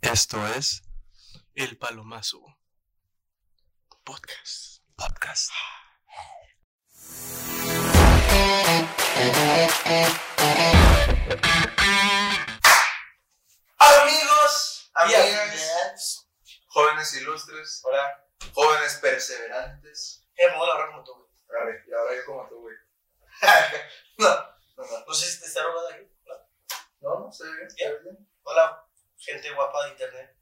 Esto es El Palomazo. Podcast. Podcast. Amigos, Amigas. amigas, jóvenes ilustres, Hola. jóvenes perseverantes. Eh, me voy a hablar como tú, güey. Arre, y ahora yo como tú, güey. No, no, no. No sé si te está robando aquí. Hola. No, no, se ve bien, se ve bien. Hola, gente guapa de internet.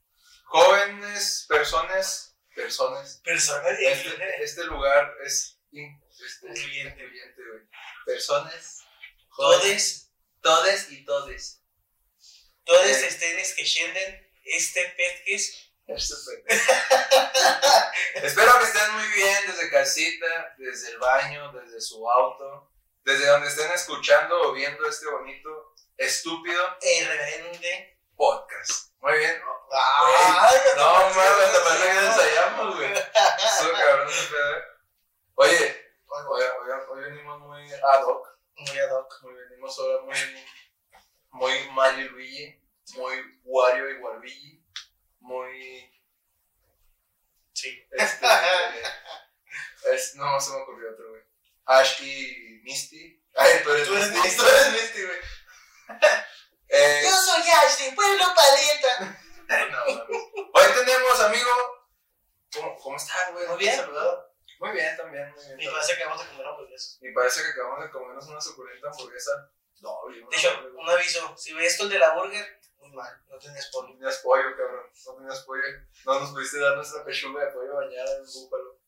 Jóvenes, personas, personas. Personas de Este, internet. este lugar es in- este, Incluyente. incluyente, güey. Personas, jóvenes, Todes, todes y todes. todes eh. ustedes que sienten este podcast. Este fue. Espero que estén muy bien desde casita, desde el baño, desde su auto, desde donde estén escuchando o viendo este bonito, estúpido e irreverente. podcast. Muy bien. Ay, Ah, ya No, te mames, te pareció, parece que ensayamos, güey. Eso, cabrón, ese pedo. eh. Oye, hoy, hoy, hoy venimos muy ad hoc. Muy ad hoc. Hoy venimos ahora muy, muy Mario y Luigi, muy Wario y Warbilly, muy. Sí. Este, es, no, se me ocurrió otro, güey. Ash y Misty. Ay, tú eres Tú eres Misty. Misty. Tú eres Misty, güey. Eh, Yo soy Ashley, pueblo paleta. no, no, no. Hoy tenemos, amigo. ¿Cómo, cómo estás, güey? Muy bien. Saludado. Muy bien, también, muy bien. Mi frase que vamos a comer hamburguesas. Y parece que acabamos de comernos una suculenta hamburguesa. No, yo De hecho, un aviso. Si ves el de la burger, muy mal. No tenés no pollo. tenías pollo, cabrón. No tenías pollo. No nos pudiste dar nuestra pechuga de pollo bañada en búfalo.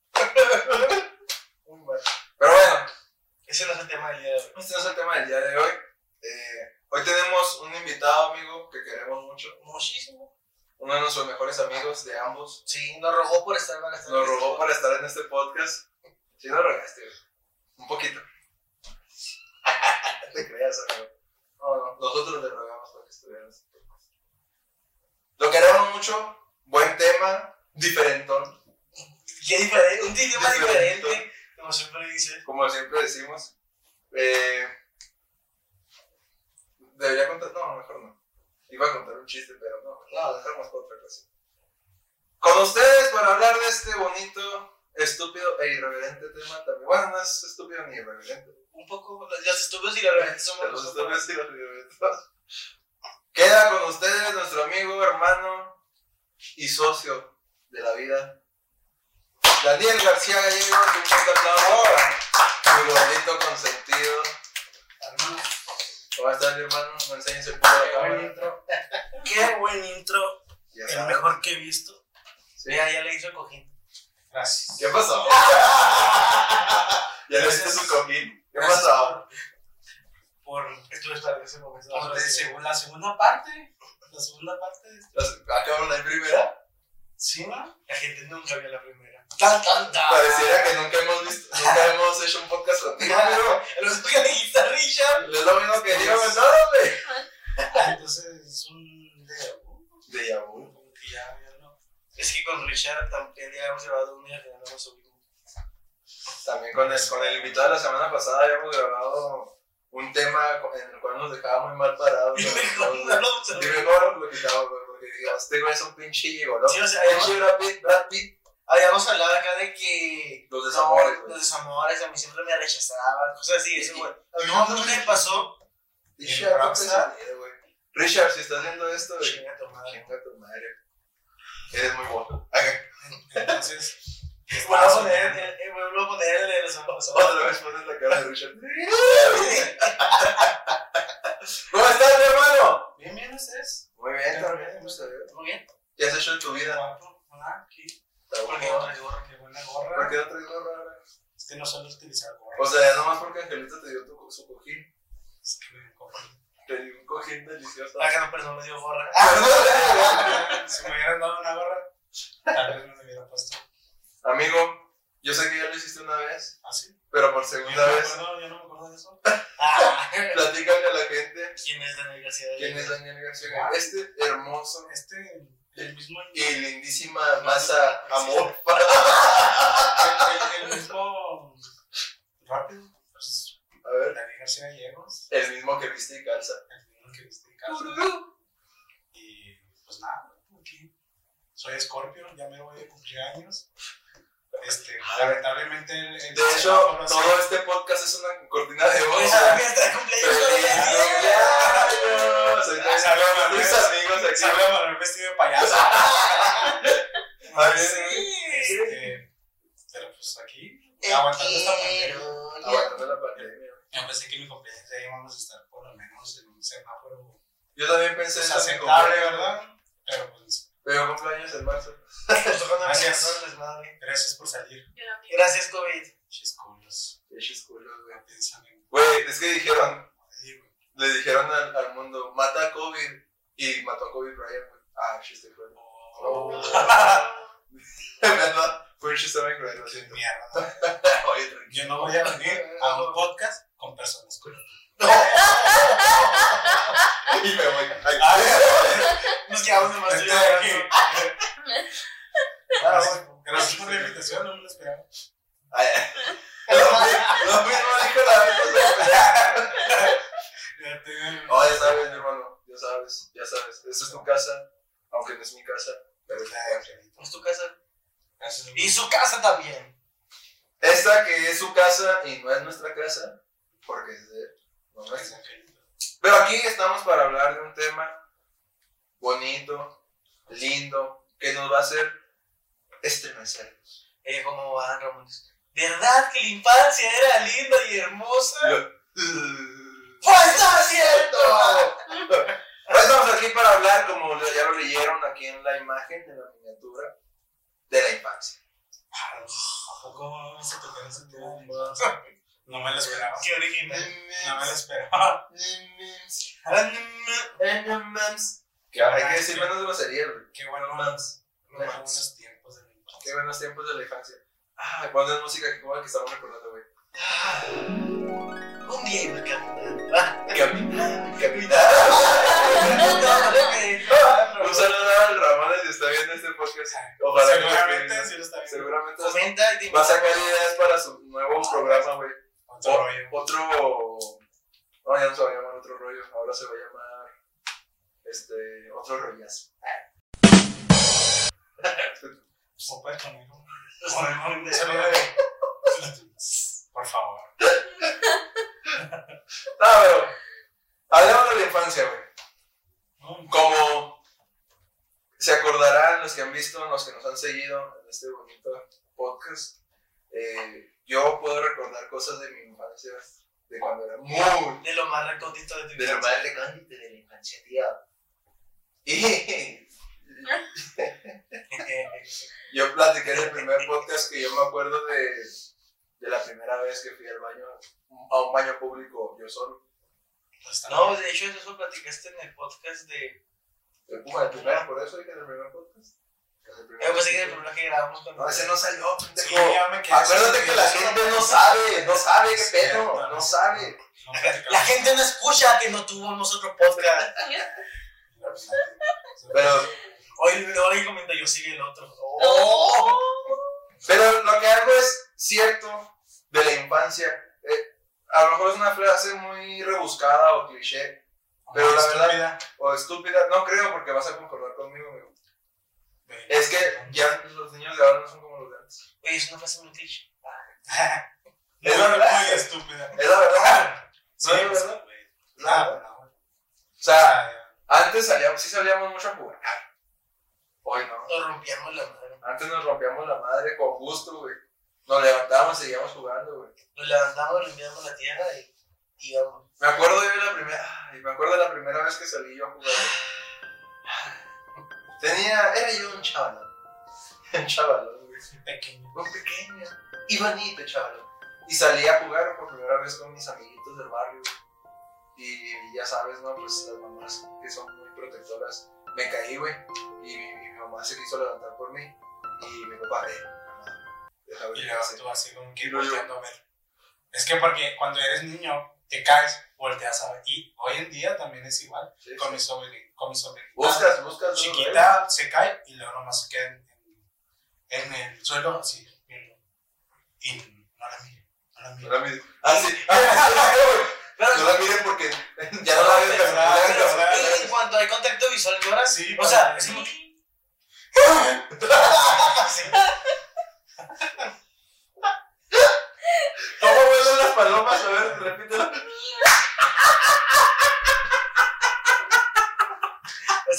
Muy mal. Pero bueno, Ese no es el tema del día de hoy. este no es el tema del día de hoy. Eh, hoy tenemos un invitado, amigo, que queremos mucho. Muchísimo. Uno de nuestros mejores amigos de ambos. Sí, nos rogó por estar mal. Nos rogó para estar en este podcast. Sí, nos rogaste, güey. Un poquito. No te creas, amigo. No, no, nosotros le rogamos para que estuviera en este podcast. Lo queremos mucho. Buen tema. Diferentón. Qué diferente, un idioma Diferente. diferente, como siempre dice. Como siempre decimos. Eh, Debería contar. No, mejor no. Iba a contar un chiste, pero no. No, dejamos para otra cosa. Con ustedes para hablar de este bonito, estúpido e irreverente tema también. Bueno, no es estúpido ni irreverente. Un poco, los estúpidos y la realidad somos Los nosotros. estúpidos y los violentos. Queda con ustedes nuestro amigo, hermano y socio de la vida, Daniel García Gallego. Un fuerte aplauso para mi gordito consentido. ¿Cómo estás, mi hermano? No enseñes el culo a la Qué buen cámara. intro. Qué buen intro, Ya El sabes. mejor que he visto. Sí. Ya, ya le hizo el cojín. Gracias. ¿Qué pasó? ¿Ya le hiciste su cojín? ¿Qué Gracias pasó? Por estuve esperando ese momento. Por la, seg- la segunda parte. La segunda parte. de- ¿Acabaron la primera? Sí, ¿no? La gente nunca vio la primera. Tan, tan, tan. Pareciera que nunca hemos visto, nunca hemos hecho un podcast contigo, amigo. Lo estudió de guitarrilla. Es lo mismo que digo, ¿no, güey? Entonces es un déjà vu, De Yahoo. como que ya, ya no. Es que con Richard también ya hemos grabado un día que no lo subimos. También con el, con el invitado de la semana pasada habíamos grabado un tema con- en el cual nos dejaba muy mal parados. Y ¿no? mejor no lo subimos. Y mejor lo quitamos, güey, porque digo, este güey es un pinche gigolo. Sí, o sea, Pinche Brad Pitt, Brad Pitt. Habíamos hablado acá de que. Los desamores, pues. No, güey. los desamores, a mí siempre me rechazaban, cosas así. Eso, güey. No, No, no, nunca me pasó. Richard, En no Ramsey. te salí, güey. Richard, si estás viendo esto, güey, Chinga tu madre. chinga tu madre. Eres muy bueno. Entonces. Vamos a poner, eh, eh, vuelvo a poner el de los ojos. Otra vez pones la cara de Richard. ¿Cómo estás, mi hermano? Bien, bien, ustedes. Muy bien, también. ¿cómo estás? Muy bien. ¿Qué has hecho en tu vida? Guapo, ah, aquí. ¿Por Porque qué otra- Gorra, qué buena gorra. no traes gorra ahora? Es que no suelo utilizar gorra. O sea, nomás porque Angelito te dio tu, su cojín. Es que me cojo. Te dio un cojín delicioso. Ah, que no, pero no me dio gorra. Ah, Si me hubieran dado una gorra, tal vez no me hubiera puesto Amigo, yo sé que ya lo hiciste una vez, así. pero por Yo no, segunda me vez, acuerdo, yo no me acuerdo de eso. Ah, platícale a la gente ¿Quién es Daniel García? de quién es Lima? Daniel García. Gay. Este hermoso Este, el mismo, el, y lindísima masa amor. el- el mismo rápido, pues, A ver, David García Gallegos, el mismo que viste y calza. el mismo que viste en casa. Y pues nada, Pinky. Soy Scorpio, ya me voy de cumpleaños. Este, lamentablemente. el- el- De hecho, no sé. todo este podcast es una cortina de voz. Es una fiesta de cumpleaños con la familia. ¡Cumpleaños! Ahí tenemos Salud, a Manuel. mis amigos aquí. Se habla para el vestido de payaso. A ver, Este, pero pues aquí, Eh, aguantando esta pandemia. aguantando la pandemia. Yo pensé que mi competencia ahí vamos a estar por lo menos en un semáforo Yo también pensé pues, en hacer aceptable, cumpleaños, ¿verdad? Pero pues, Pero cumpleaños en marzo. Nos tocó una Gracias. fiesta, ¿no? Desmadre. gracias por salir. Gracias, COVID. Chisculos, Pinches culos, güey. no piensan en. Güey, es que dijeron, Sí, güey. le dijeron al, al mundo, mata a Kobe. Y mató a Kobe Bryant, güey. Ah, chiste cruel. Oh, ¿Verdad? Fue un chiste muy cruel, lo qué siento. mierda. Oye, tranquilo. Yo no voy a venir a un podcast con personas con Y me voy. Ay, Nos quedamos nomás tú y yo hablando. Gracias gracias por la invitación, no me lo esperaba. ay, ay. Lo mi- lo mismo dijo la vez pasada. Ya te- Oh, ya sabes, mi hermano. Ya sabes, ya sabes. Esta es tu casa, aunque no es mi casa. Pero es tu casa. Es tu casa. Gracias. Y su casa también. Esta que es su casa y no es nuestra casa, porque es de. No es Gracias, nuestra. Angelito. Pero aquí estamos para hablar de un tema bonito, lindo, que nos va a hacer estremecer. Eh, ¿Cómo van, Ramón? ¿Verdad que la infancia era linda y hermosa? ¡Pues no es cierto! Pues estamos aquí para hablar, como ya lo leyeron aquí en la imagen, en la miniatura, de la infancia. Ah, ¿A poco se te quedó ese tema de infancia? No me lo esperaba. ¡Qué original! No me lo esperaba. Que Pues, hay que decir menos groserías, güey. Ah, Qué bueno, Mans. no me buenos tiempos de la infancia. Qué buenos tiempos de la infancia. Ah, cuando es música que como la que estamos recordando, güey. Un día iba caminando. Caminar, Un Comenta saludo al Ramones si está viendo este podcast. Ojalá que lo Seguramente esté sí lo está viendo. viendo. Seguramente y te va a sacar ideas para su nuevo programa, güey. Otro O- rollo. Otro. No, ya no se va a llamar otro rollo. Ahora se va a llamar. Este. Otro rollazo. Sopa de conejo. Un saludo invita. de- Por favor. No, pero. Hablemos de la infancia, güey. No, Como se acordarán los que han visto, los que nos han seguido en este bonito podcast, eh, yo puedo recordar cosas de mi infancia, de cuando era muy... De lo más recóndito de tu De lo infancia. Eh, más recóndito de mi infancia, tío. Y eh, yo platiqué en el primer podcast que yo me acuerdo de, de la primera vez que fui al baño, a un baño público yo solo. pues, está No, bien. de hecho, eso lo platicaste en el podcast de. eh, El, el primer, por eso dije en el primer podcast. En el primer Yo pensé que pues, el podcast. problema que grabamos con. No, ese no salió, Sí, pendejo. ya me quedé. Acuérdate que la gente no sabe, no sabe qué Sí, pedo, claro. no sabe. No platicamos. La gente no escucha que no tuvimos otro podcast. Pero, Hoy, hoy comenta yo sigue el otro. Oh. pero lo que algo es cierto de la infancia, eh, a lo mejor es una frase muy rebuscada o cliché Pero la verdad- Estúpida. o estúpida, no creo porque vas a concordar conmigo, amigo. Es que ya los niños de ahora no son como los de antes. Oye, es una frase muy cliché. No, Es verdad. muy estúpida. Es la verdad. Sí, No, es pues, verdad. güey. es la verdad. Ah, no. Ah, O sea, antes salíamos, sí salíamos mucho a jugar. Hoy no. Nos rompíamos la madre. Antes nos rompíamos la madre con gusto, güey. Nos levantábamos y seguíamos jugando, güey. Nos levantamos, limpiamos la tierra y íbamos. Me acuerdo yo de la primera. Ay, me acuerdo de la primera vez que salí yo a jugar. Tenía. Era yo un chaval. Un chaval, güey. Pequeño. Un pequeño. Y bonito chaval. Y salí a jugar por primera vez con mis amiguitos del barrio. Y ya sabes, ¿no? Pues las mamás que son muy protectoras. Me caí, güey. Y mi, mi mamá se quiso levantar por mí. Y mi papá, eh, mamá, deja ver Y qué luego hace. tú así como que Y luego yo- volteando a ver. Es que porque cuando eres niño, te caes, volteas a ver. Y hoy en día también es igual. Sí, Con sí. mi sobrina, con mi sobrinita. Buscas, buscas. luego, güey. Chiquita se cae y luego nomás se queda en, en- en el suelo así, viendo. Y no la mire, no la mire. Ahora mismo. Ah, sí. Ah, sí, güey. Pero, No la miren porque ya no la ven Pero, pero- pero- y en cuanto hay contacto visual, lloras. Sí, O sea, pues, es como que.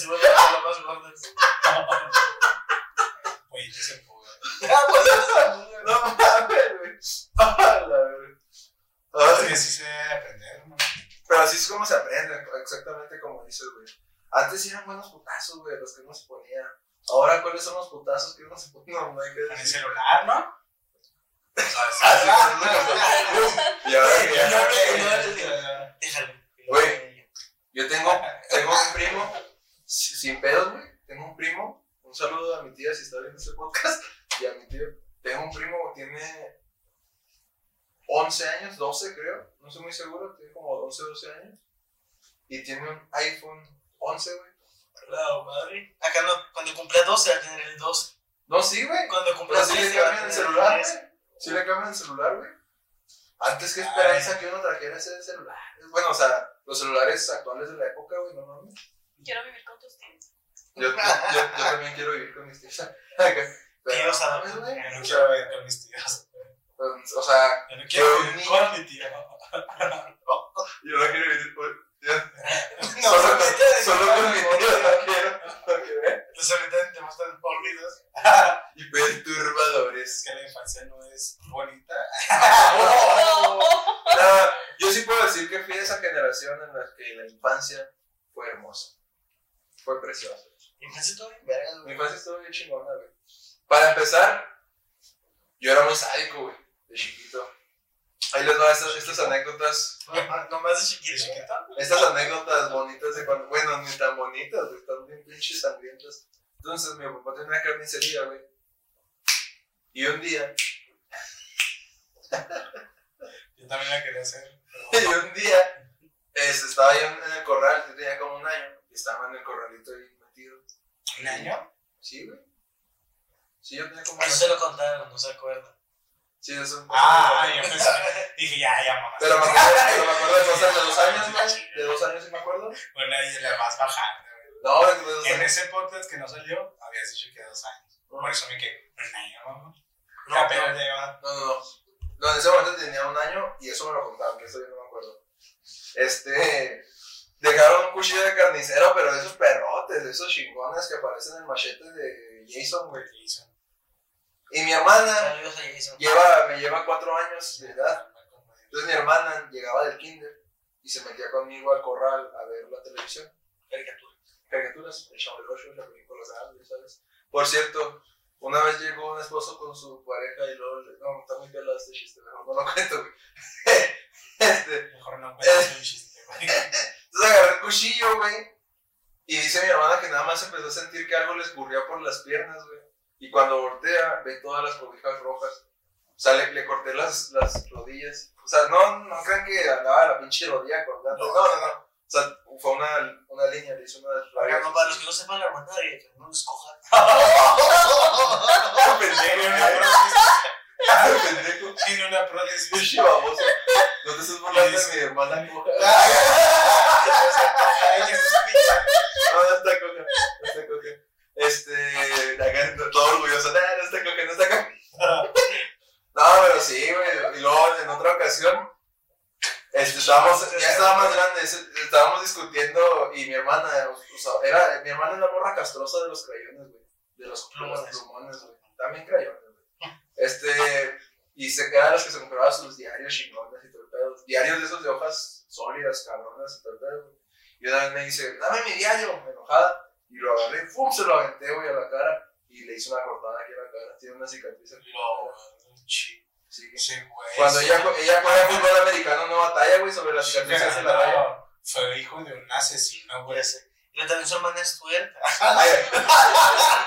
Max. Oye, que se empuja. Ah, pues, No mames, güey. Ah, A la verga. Es Ay, que sí se debe aprender, hermano. Pero así es como se aprende, exactamente como dices, güey. Antes sí eran buenos putazos, güey, los que uno se ponía. Ahora, ¿cuáles son los putazos que uno se pone? No, no hay que En el decir. celular, ¿no? ¿Sabes? Ah, sí, sí, sí, sí. Y ahora que ya- Yo creo que no eres de- Déjalo. Güey. Yo tengo, tengo un primo, si- sin pedos, güey. Tengo un primo. Un saludo a mi tía si está viendo este podcast. Y a mi tío. Tengo un primo que tiene 11 años, 12 creo. No estoy muy seguro. Tiene como 11, 12 años. Y tiene un iPhone 11, güey. La madre. Acá no, cuando cumpla 12 va a tener el 12. No, sí, güey. Cuando Pero cumpla sí le 13 va a cambian el tener celular, el 13. güey. Sí le cambian el celular, güey. Antes que esperanza que uno trajera ese celular. Bueno, o sea, los celulares actuales de la época, güey, no mames. Quiero vivir con tus tíos. Yo, yo, yo también quiero vivir con mis tíos. Pero, Tíos a la ¿sabes, güey? Yo no quiero vivir con mis tíos. O sea, Yo no quiero vivir con mi tío. yo no quiero vivir por. No, solo solo con, solo con mi tío, no tío. quiero. no quiero. ¿eh? Los ahorita tenemos tan olvidos. Y Es perturbadores. que la infancia no es bonita. Ah, Ah, Ah, No, yo sí puedo decir que fui de esa generación en la que la infancia fue hermosa. Fue preciosa. Infancia todo bien, verga, Mi güey. infancia estuvo bien chingona, güey. Para empezar, yo era muy sádico, güey, de chiquito. Ahí les va estas, estas anécdotas, No, no más de ¿Quieres chiquito. chiquita? estas anécdotas bonitas de cuando, bueno, ni tan bonitas, güey, están bien pinches sangrientas. Entonces, mi papá tenía una carnicería, güey. Y un día, Yo también la quería hacer. pero- y un día, este, estaba yo en el corral, yo tenía como un año, y estaba en el corralito ahí metido. ¿Un año? Sí, güey. Sí, yo tenía como un Eso se año. lo contaron, no se acuerda. Sí, eso es un Ah, yo pensé. Dije, ya, ya, mamá. Pero me acuerdo, pero me acuerdo de cosas de dos años, güey. De dos años, sí me acuerdo. Bueno, ahí la vas bajando. No, de dos En años. ese podcast que no salió, habías dicho que dos años. Por eso me quedé. Un año, mamá. No, Que apenas no. lleva- No, no, no. No, en ese momento tenía un año y eso me lo contaron, que eso yo no me acuerdo. Este. Dejaron un cuchillo de carnicero, pero de esos perrotes, de esos chingones que aparecen en machete de Jason, güey. ¿Qué hizo? Y mi hermana Saludos a Jason. lleva, me lleva cuatro años de edad. Entonces mi hermana llegaba del kinder y se metía conmigo al corral a ver la televisión. Caricatura. caricaturas, el Chavo del Ocho, la película de ¿sabes? Por cierto, una vez llegó un esposo con su pareja y luego le... No, está muy pelado este chiste, mejor no lo cuento, güey. este, Mejor no cuentes un chiste, güey. entonces agarré el cuchillo, güey. Y dice mi hermana que nada más empezó a sentir que algo le escurría por las piernas, güey. Y cuando voltea, ve todas las cobijas rojas. O sea, le, le corté las, las rodillas. O sea, no, no crean que andaba la pinche rodilla cortando. No, no, no. O sea, fue una, una línea, le hizo unas Acá rayas. no, para los que no sepan la hermandad de Fernando Escoja. Ah, Tiene una prótesis. pendejo. Tiene una prótesis. Pinche baboso. No te estés burlando de mi hermana coja. Ay, que estás pinche. No, no está coja. No está coja. Este, la cara está todo orgullosa. No, no está coja, no está coja. No, pero sí, güey. Y luego en otra ocasión, este, estábamos, ya estaba más grande, ese- estábamos discutiendo y mi hermana, o sea, era, mi hermana es la morra castrosa de los crayones, güey. De los plumones, Plumones. plumones, güey. También crayones, güey. Este, y se era de los que se compraba sus diarios chingones y todo el pedo. Diarios de esos de hojas sólidas, cabronas y todo el pedo, güey. Y una vez me dice, dame mi diario, enojada. Y lo agarré, pum, se lo aventé, güey, a la cara. Y le hice una cortada aquí a la cara. Tiene una cicatriz aquí. No, un chi- Sí. ese güey. Cuando ella, ella juega fútbol americano no batalla, güey, sobre las cicatrices de la raya. No, Fue hijo de un asesino, güey. Ya sé. Y también su hermana es tuerta. Ay,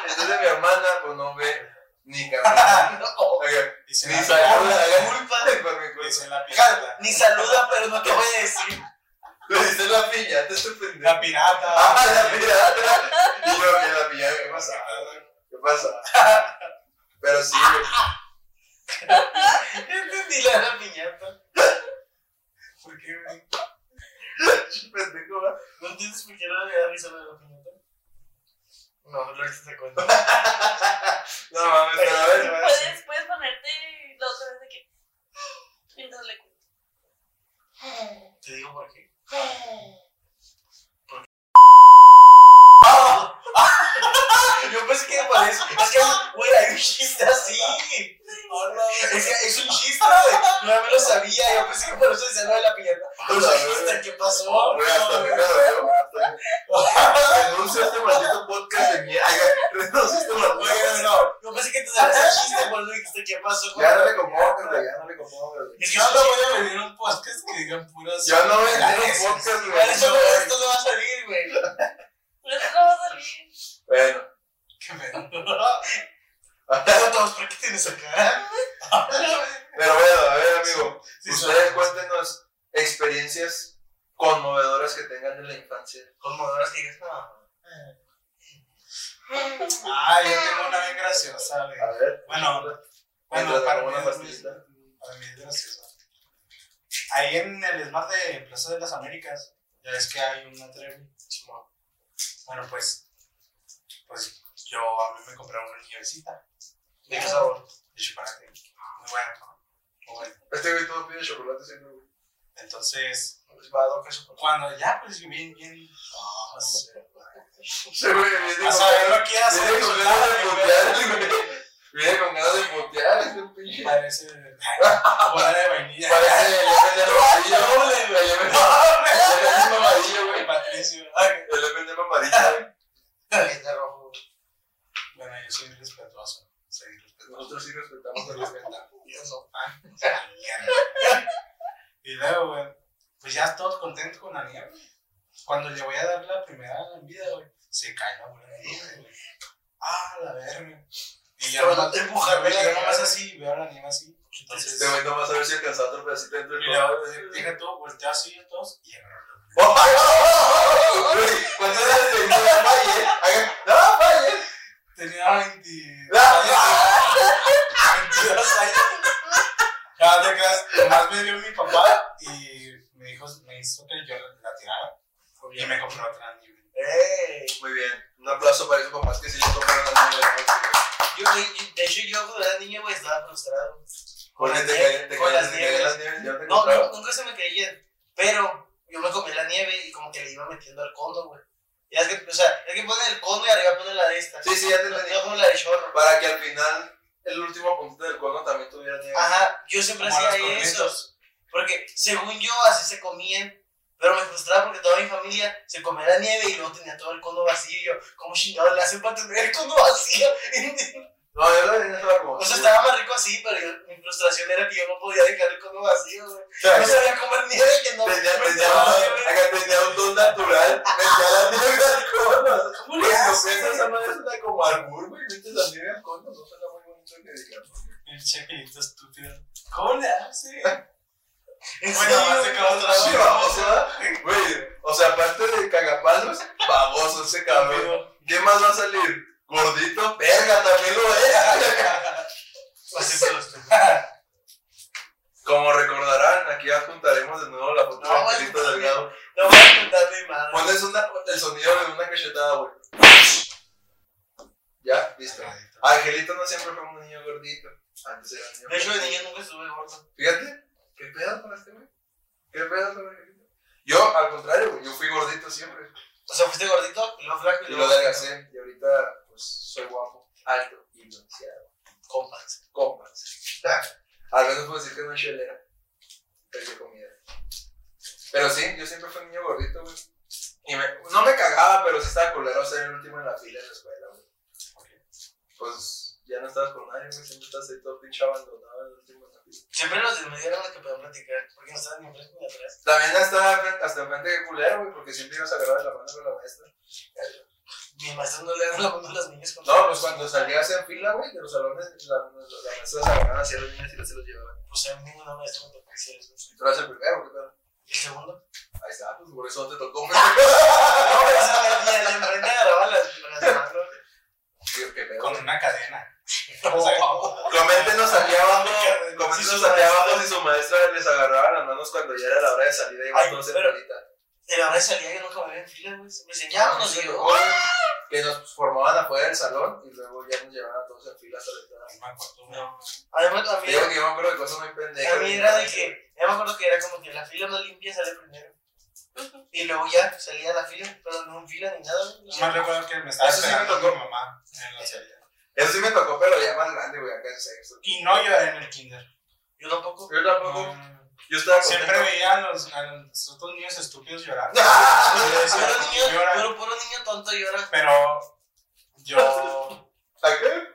Entonces mi hermana, pues no ve ni camina. Oiga, Dice "Ah, Ni la- saluda, Culpa. güey, por mi culpa. Dice la pirata. Ni saluda, pero no te voy a decir. Le dice la piña, te estoy pendejo. La pirata. Ah, la piña. Y yo vi la piña, ¿qué pasa? ¿Qué pasa? Pero sí, güey. Entendí la de la piñata. ¿Por qué, güey? Pendejo, ¿verdad? ¿No entiendes por qué no le da risa la de la piñata? No, lo que te cuento. No mames, pero a ver. Puedes, puedes ponerte la otra vez de que. Mientras le cuento. Te digo por qué. pensé que era para eso. Ah, Es que, güey, hay un chiste así. Hola, Es que es un chiste, güey. No me lo sabía. Yo pensé que por eso decía lo de la pierna. Pero soy hasta ¿qué pasó? Güey, hasta a mí me dolió, hasta a mí. Renuncio a este maldito podcast de mierda. Renuncio a este maldito Güey, no. Yo pensé que te sabías el chiste, por eso dijiste, ¿qué pasó? güey? Ya no le compongas, güey, ya no le compongas. güey. Es que Yo no voy a venir a un podcast que digan puras. Ya no voy a tener Eso. un Pero podcast, güey. eso no, esto no va a salir, güey. Pero eso no va a salir. Bueno, Qué pedo. Pero todos, ¿por qué tienes esa cara? pero bueno, a ver, amigo. Sí, ustedes sí. cuéntenos experiencias conmovedoras que tengan en la infancia. Conmodoras que digas, no. Ah, yo tengo una bien graciosa, güey. A ver. Bueno, Mientras Bueno, me para mí, como una es muy- pastillita. para mí es gracioso. Ahí en el Smart de Plaza de las Américas, ya ves que hay una Trevi. Bueno, pues, pues yo a mí me compraron una nievecita ¿De qué sabor? de chocolate. Muy bueno, muy bueno. Este güey todo pide chocolate siempre, güey. Entonces, Pues va a docar su cuando ya, pues bien, bien. ah, No sé, Ese güey viene a con saber ganas Ah, lo que hace. viene con ganas de putear, güey. Viene con ganas de putear, este pinche. Parece. Bola de vainilla. Parece el FNL amarillo. Doble, El FNL amarillo, güey. güey, Patricio. Ay, El FNL amarillo, güey. Está rojo. Bueno, yo soy irrespetuoso. Soy irrespetuoso. Nosotros sí respetamos Soy el irrespetuoso. Y eso. Y luego, güey, pues ya todos contentos con la nieve. Cuando le voy a dar la primera en vida, güey, se cae la bola de nieve, güey. Ah, la verga. Y ya Pero nomás- no te empujaron, yo la nomás nieve. así, veo la nieve así. Entonces, Este güey no va a saber si alcanzaba otro pedacito dentro y del luego, eh, coche. ¡Oh, deja todo, volteo así a todos y agarro la bola. Güey, ¿Cuántas veces te digo, "No falle"? Haga, eh! "No eh. falle". Tenía 20. Ah, 22 años. Ya te creas, nomás me dio mi papá y me dijo, me hizo que yo la tirara. Y me compró otra nieve. ¡Ey! Muy bien, un aplauso para esos papás que sí le compraron al niño de noche. Yo, yo- de hecho, yo cuando era niño, güey, estaba frustrado. Porque Con te las caían te nie- con caían- las te caían nieves. las nieves, yo te No, compraba. no, nunca se me caían. Pero yo me comí la nieve y como que le iba metiendo al cono, güey. Y es que, o sea, es que pone el cono y arriba pone la de esta. Sí, sí, ya te entendí. Yo como la de chorro. Para que al final, el último puntito del cono también tuviera nieve. Ajá, yo siempre Como las hacía eso. cornetas. Porque según yo, así se comían. Pero me frustraba porque toda mi familia se comía la nieve y luego tenía todo el cono vacío. Y yo, ¿cómo chingados le hacen para tener el cono vacío? No, yo la tenía sola como. o sea, estaba más rico así, pero yo- mi frustración era que yo no podía dejar el cono vacío, güey. No sabía comer nieve que no. Tenía, no tenía, estaba un- nieve. acá tenía un don natural, metía la nieve al cono. ¿Cómo Güey, le no haces? piensas, esa madre suena como albur, güey, metes la nieve al cono, no suena muy bonito que digamos. El chapelito estúpido. ¿Cómo le hace? ¿En Bueno, serio? vas a acabar otra Sí, baboso, ¿verdad? Güey, o sea, aparte de cagapalos, baboso ese cabrón. ¿Qué más va a salir? Gordito, verga, también lo es. Como recordarán, aquí ya juntaremos de nuevo la foto No, de Angelito güey. Delgado. No voy a contar mi madre. Pones una, el sonido de una cachetada, güey. Ya, listo. Angelito no siempre fue un niño gordito. Antes era un niño De hecho, de gordito. niño nunca estuve gordo. Fíjate, qué pedo con este güey. Qué pedo con Angelito. Yo, al contrario, güey, yo fui gordito siempre. O sea, fuiste gordito y luego flaco y Y lo luego. adelgacé. Y ahorita, pues, soy guapo, alto y bronceado. Compas. Compas. Ah, Al menos puedo decir que no es chelera. Pero de comida. Pero sí, yo siempre fui un niño gordito, güey. Y me, no me cagaba, pero sí estaba culero ser el último en la fila en la escuela, güey. Pues ya no estabas con nadie, güey. Siempre estás ahí todo pinche abandonado, el último en la fila. Siempre los del medio eran los que podían platicar, porque no estaban ni enfrente ni atrás. También hasta, hasta enfrente de culero, güey, porque siempre ibas a agarrar de la mano con la maestra. Mi maestro no le dan la mano a las niñas con No, pues cuando salías en fila, güey, de los salones, la- la- las maestras agarraban así a los niños y los- se los llevaban. Pues a mí ninguna maestra me tocó hacer eso. Tú eras el primero, ¿qué tal? ¿Y el segundo? Ahí está, pues por eso no te tocó. güey. No, pero esa maestra de enfrente agarraba las las manos. Qué- qué pedo. Con una cadena. Oh, Coméntenos aquí abajo, Sí, coméntenos su aquí maestra. abajo si su maestra les agarraba las manos cuando ya era la hora de salida y iban Ay, todos en pero- bolita. De la hora de salida yo nunca me pues, veía en fila, güey. Siempre decían, ya vámonos, y yo. Que nos formaban afuera del salón y luego ya nos llevaban a todos en fila hasta la entrada. No me acuerdo, güey. No. Además, Te también. Digo que yo me acuerdo de cosas muy pendejas. A mí era de que, yo me acuerdo que era como que la fila más limpia sale primero. Y luego ya salía a la fila, pero no en fila ni nada. güey, no sé. Más recuerdo que me estaba Eso sí me esperando tocó. mi mamá en la salida. Eso sí me tocó, pero ya más grande, güey, acá en sexto. Y no lloré en el kinder. Yo tampoco. Yo No, tampoco. Yo estaba Siempre contento. veía a los, a los otros niños estúpidos llorar. ¡Ah! Yo Puro decía, "¿Por qué niño, lloran?". puro, puro niño tonto llora. Pero yo, ¿A qué?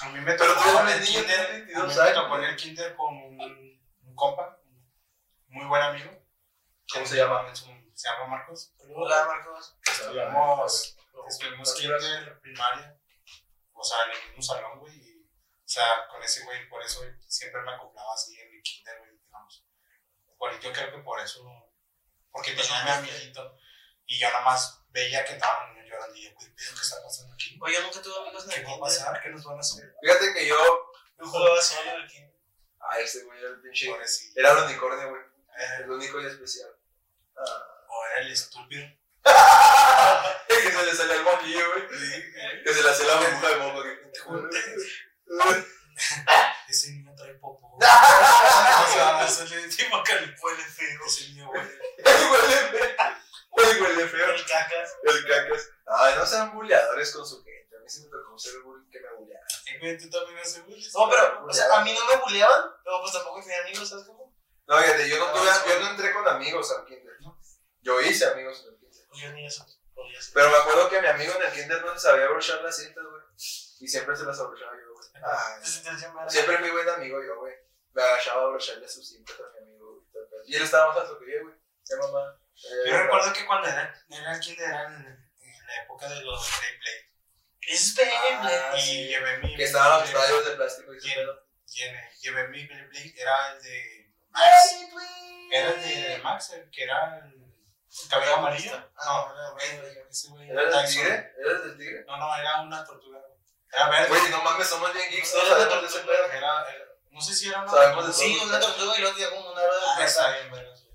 a mí me Pero tú tocó en eres el niño, kinder, tienes a 22 mí me años, tocó en güey. el kinder con un, un compa, un muy buen amigo. ¿Cómo se llama? En su- Se llama Marcos. Hola, Marcos. Estuvimos, estuvimos kinder, primaria, o sea, en el mismo salón, güey. y, O sea, con ese güey, por eso siempre me acoplaba así en mi kinder, güey, digamos. Por, yo creo que por eso, porque tenía a mi amiguito y yo nada más veía que estaban niños llorando y yo, güey, ¿pero ¿qué está pasando aquí? Oye, yo nunca tuve amigos en el ¿Qué va a kinder. pasar? ¿Qué nos van a hacer? Fíjate que yo. Yo jugaba solo en el kinder. Ah, ese güey era el pinche. Pobrecillo. Era el unicornio, güey. Eh, El único y especial. Ah. O era el estúpido. Es que se le sale el moquillo, güey. Que se le hace la burbuja de moco. que- Ese niño trae popo. o sea, eso le decimos que le Huele feo. ese niño, güey. Ay, huele feo. Ay, huele feo. El cacas. El cacas. Ay, no sean buleadores con su gente. A mí sí me tocó ser bullying que me buleaba. Eh, Güey, tú también haces bullying. No, pero, o sea, a mí no me buleaban, pero pues tampoco tenía amigos, ¿sabes cómo? No, fíjate, yo no, tuve, yo no entré con amigos al kinder. Yo hice amigos en el kinder. Pues yo ni eso. podía hacer. Pero me acuerdo que mi amigo en el kinder no se sabía abrochar las cintas, güey. Y siempre se las abrochaba yo, güey. Ay, Entonces, entonces, yo me era- Siempre fui buen amigo yo, güey. Me agachaba a abrocharle sus cintas a mi amigo, güey. todo el pedo. Y él estaba más alto que yo, güey. Ya, mamá. Eh, Yo recuerdo que cuando era, era el kinder eran en la época de los Beyblade. Es Beyblade. Ah, sí. Y llevé mi. que estaban los Beyblade- radios de plástico y ese Sí. pedo. llevé- Llevé mi Beyblade, era el de Max. Era el de Max, el que era el cabello amarillo. Ah, No, era amarillo. ese güey. ¿Eres del Tyson. tigre? ¿Eres del tigre? No, no, era una tortuga. Era verde. Güey, no mames, somos bien geeks, no Era sabemos del de ese tortuga. pedo. Era, era- no sé si era una Sabemos de tortuga. Sí, una tortuga y luego tenía como una rueda Ah, de está prensa. bien, bueno, sí.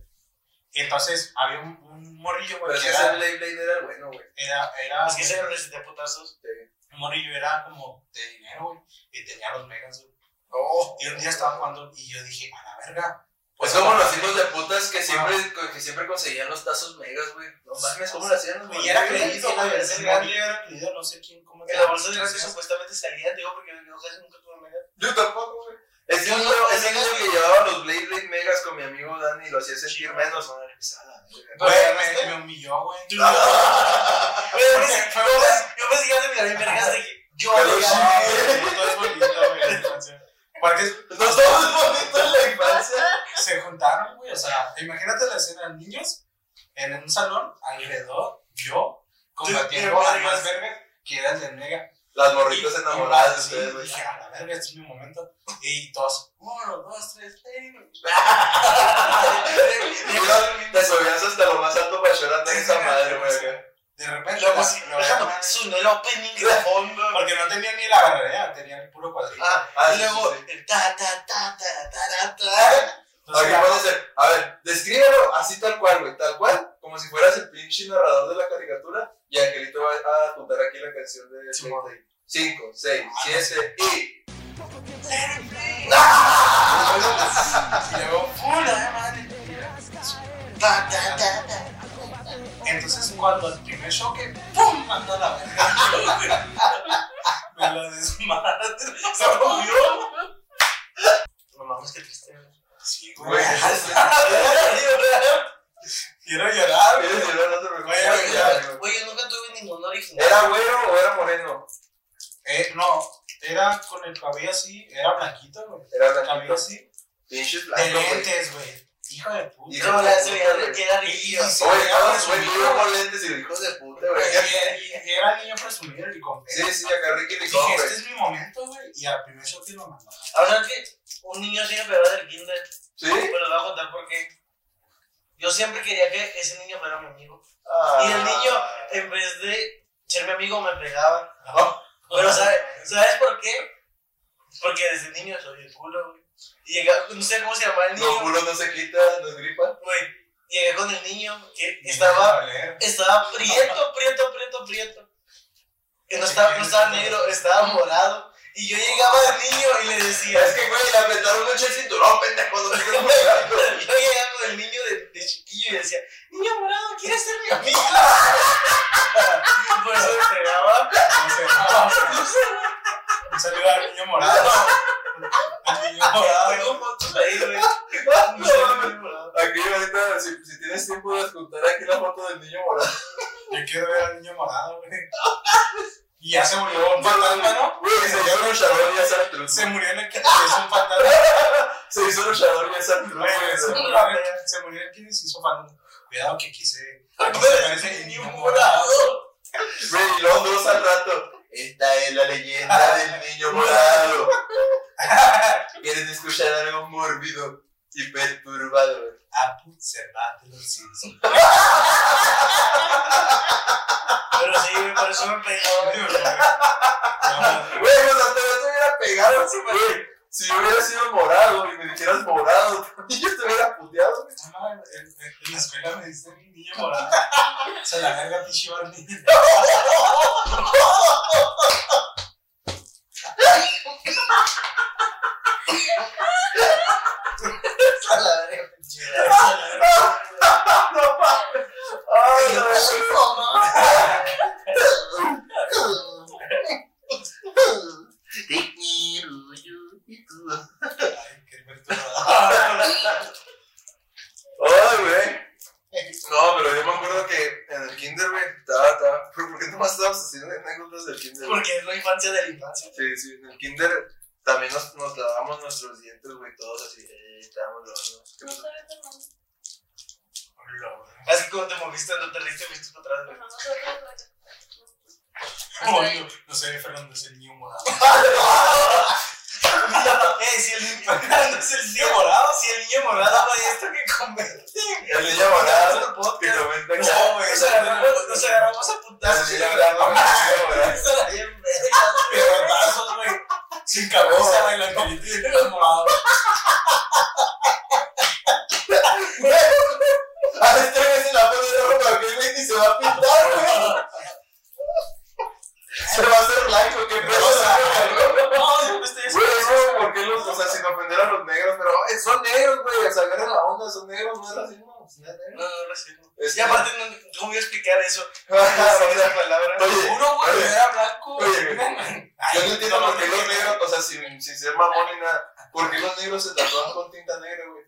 Y entonces había un, un morrillo, Pero güey, es que que ese era, Blade Blade era el bueno, güey. era, era- Es que se resetea putazos. un morrillo era como de dinero, güey, y tenía los megas, güey. No. Y un día estaba jugando y yo dije, a la verga. Pues como los hijos de putas que siempre, Ah. que siempre conseguían los tazos megas, güey. No mames, ¿cómo lo hacían los Y era morrillos? creído, Pues, güey, ese morrillo era creído, no sé quién, cómo En la bolsa de gracia supuestamente salían, digo, porque yo casi nunca tuve mega. Yo tampoco, güey. Es que Yo un no, es güey. el niño que llevaba los Blade Blade megas con mi amigo Dani y lo hacía sentir menos. Güey, Pero me, ganaste. me humilló, güey. Pero es que, yo pensé- yo pensé que ya te miraré en vergas de que yo Pero ya- sí. Ah, güey, todo es bonito, güey, la infancia. Porque No somos bonitos en la infancia. se juntaron, güey, o sea, imagínate la escena, niños en un salón, alrededor, yo, combatiendo Tú, al vergas. más verga, que eran del mega. Las Y- morritas y enamoradas de sí, ustedes, güey. Dije, a la verga, este es mi momento. Y todos, "Oh, uno, dos, tres, play. Te subías hasta lo más alto para llorar de esa madre, güey. acá. De repente, Luego la- sí, la- luego sonó el opening de fondo. porque no tenía ni la barrera, tenía el puro cuadrito. Ah, Ah, y sí, luego sí, el ta ta ta ta ta ta ta. Aquí Entonces, puede ser. A ver, descríbelo así tal cual, güey. Tal cual, como si fueras el pinche narrador de la caricatura. Y Angelito va a contar aquí la canción de Sí, Blade Blade. Cinco, seis, siete y. y luego, Hola, ¿eh? madre. Ta ta ta ta. entonces cuando el primer choque, ¡pum! Manda la verga. Me lo desmadre. Se movió. No mames, qué triste. Sí, Güey, güey. Quieres Quiero llorar, güey. llorar, no te preocupes. Oye, Güey, ya, güey. Oye, yo nunca tuve ningún original. ¿Era güero o era moreno? Eh, no, era con el cabello así, era blanquito, güey. Era El cabello blanquito. así. Pinches De blancos, güey. lentes, güey. Hijo de puta. Hijo Como la seguridad de que era Y- y- rígido. sí, Oye, cabrón, cabrón, güey, yo con lentes y hijos de puta, güey. Y- y- y Era niño presumido el licón. Sí, sí, acá Ricky Licón, Dije, este güey. es mi momento, güey. Y al primer show que lo mandó. Ahora que un niño tiene pegado del kinder, ¿Sí? pero lo voy a contar por qué. Yo siempre quería que ese niño fuera mi amigo. Ah. Y el niño, en vez de ser mi amigo, me pegaba. Ah. Pero, ¿sabes, ¿sabes por qué? Porque desde niño soy el culo, güey. Y llegaba, no sé cómo se llamaba el No, niño, culo no se quita, no gripa. güey. Llegué con el niño que Y estaba me dejó leer. Estaba prieto, prieto, prieto, prieto. Que no estaba, no estaba negro, estaba morado. Y Y yo llegaba de niño y le decía. Es que, güey, le apretaron mucho el cinturón, pendejo. No te Yo llegaba con el niño de, de chiquillo y decía, niño morado, ¿quieres ser mi amigo? Por eso me pegaba. Un saludo al niño morado. Al niño morado. Tengo fotos ahí, güey. No sé, mames. niño morado. Aquí ahorita, si, si tienes tiempo de escuchar aquí la foto del niño morado. Yo quiero ver al niño morado, güey. Y ya se murió un fantasma, ¿no? Güey, se hizo luchador y es artruz. Se Se, murió en el que se hizo un fantasma. hizo luchador y es artruz. Güey, güey, Se se- murió en el que- se murió en el que se hizo fantasma. Cuidado que aquí se. Aquí se parece el niño Niño morado. morado. Güey, y luego dos al rato. Esta es la leyenda del niño morado. ¿Quieren escuchar algo mórbido y perturbador? Apu Cervati los Simpsons. Pero sí, güey, por eso me pegaba. No, no, Güey, o sea, te te hubiera pegado, güey. Si yo hubiera sido morado y me dijeras morado, y yo te hubiera puteado, güey. no, en- en en la escuela me dicen niño morado. Se la verga, pinche barniz. A la verga, pinche. No mames. Ay, no, güey. Te quiero yo y tú. Ay, qué perturbador. Ay, güey. No, pero yo me acuerdo que en el kinder, güey, estaba, estaba. ¿Por qué nomás estabas haciendo anécdotas del kinder? güey? Porque es la infancia de la infancia. Sí, sí, en el kinder también nos, nos lavamos nuestros dientes, güey, todos así, eh, estábamos lavando. ¿Qué No pasó? sabes de nada. Hola, güey. Así como te moviste, no te leíste, viste para atrás, güey. No, no sabes de nada. Coño, no sé, Fernando, es el niño morado. Eh, si el niño morado es el niño morado, si el niño morado fue esto que convertí. El niño morado, Este podcast. que comenta Nos acá. nos agarramos, nos agarramos a putazos. El niño morado, el niño morado. Eso era bien verga. Pedazos, güey. Sin cabeza, güey, la carita y el niño morado. A ver, tres veces la pone de ropa, que güey, ni se va a pintar, güey. Se va a hacer blanco, qué pedo. No, yo me estoy Güey, eso, ¿por qué los, o sea, sin ofender a los negros, pero ay, son negros, güey, o sea, agarren la onda, son negros, no es racismo, pues, no es negro. No, no, no sé. Es Y aparte, no, no voy a explicar eso. Oye, esa palabra. Uno, güey, oye, era blanco. oye, güey. Yo no entiendo por qué los negros, negro. o sea, sin, sin ser mamón ni nada, ¿por qué los negros se tatúan con tinta negra, güey?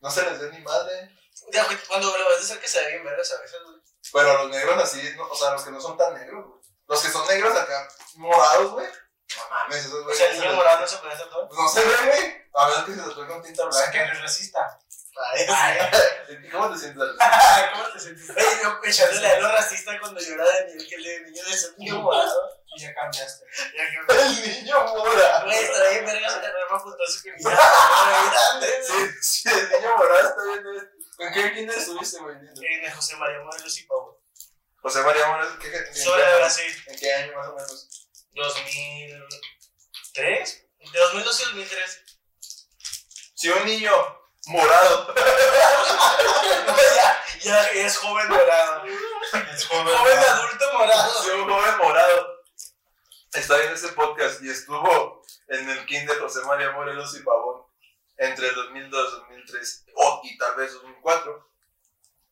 No se les ve ni madre. Ya, güey, cuando lo vas a hacer que se ve bien vergas a veces, güey. Pero los negros así, no- o sea, los que no son tan negros, güey. Los que son negros acá, morados, güey. No mames, esos O güeyes. sea, el se niño les- pues, morado no se puede hacer todo. No se ve, güey. A menos que se tatúen con tinta O sea, que blanca. eres racista. Ay, ¿Cómo te sientes? ¿Cómo te sentiste? Güey, yo echándole a lo racista cuando lloraba de niño, que el niño de ese niño morado. Y ya cambiaste. Ya que El niño morado. Güey, está bien vergas agarrar más putazo que mi grande. Sí, sí, el niño morado está viendo esto. ¿En qué kinder estuviste, güey? Nito? En el José María Morelos y Pau. José María Morales, ¿qué, qué, en qué Sobre año- Brasil. ¿En qué año más o menos? 2003? De 2012 a 2003. Si un niño morado. ya, ya es joven morado. Es joven. Joven adulto morado. Si un joven morado. Está viendo este podcast y estuvo en el kinder José María Morelos y Pavón entre el 2002 2003 o, y tal vez 2004.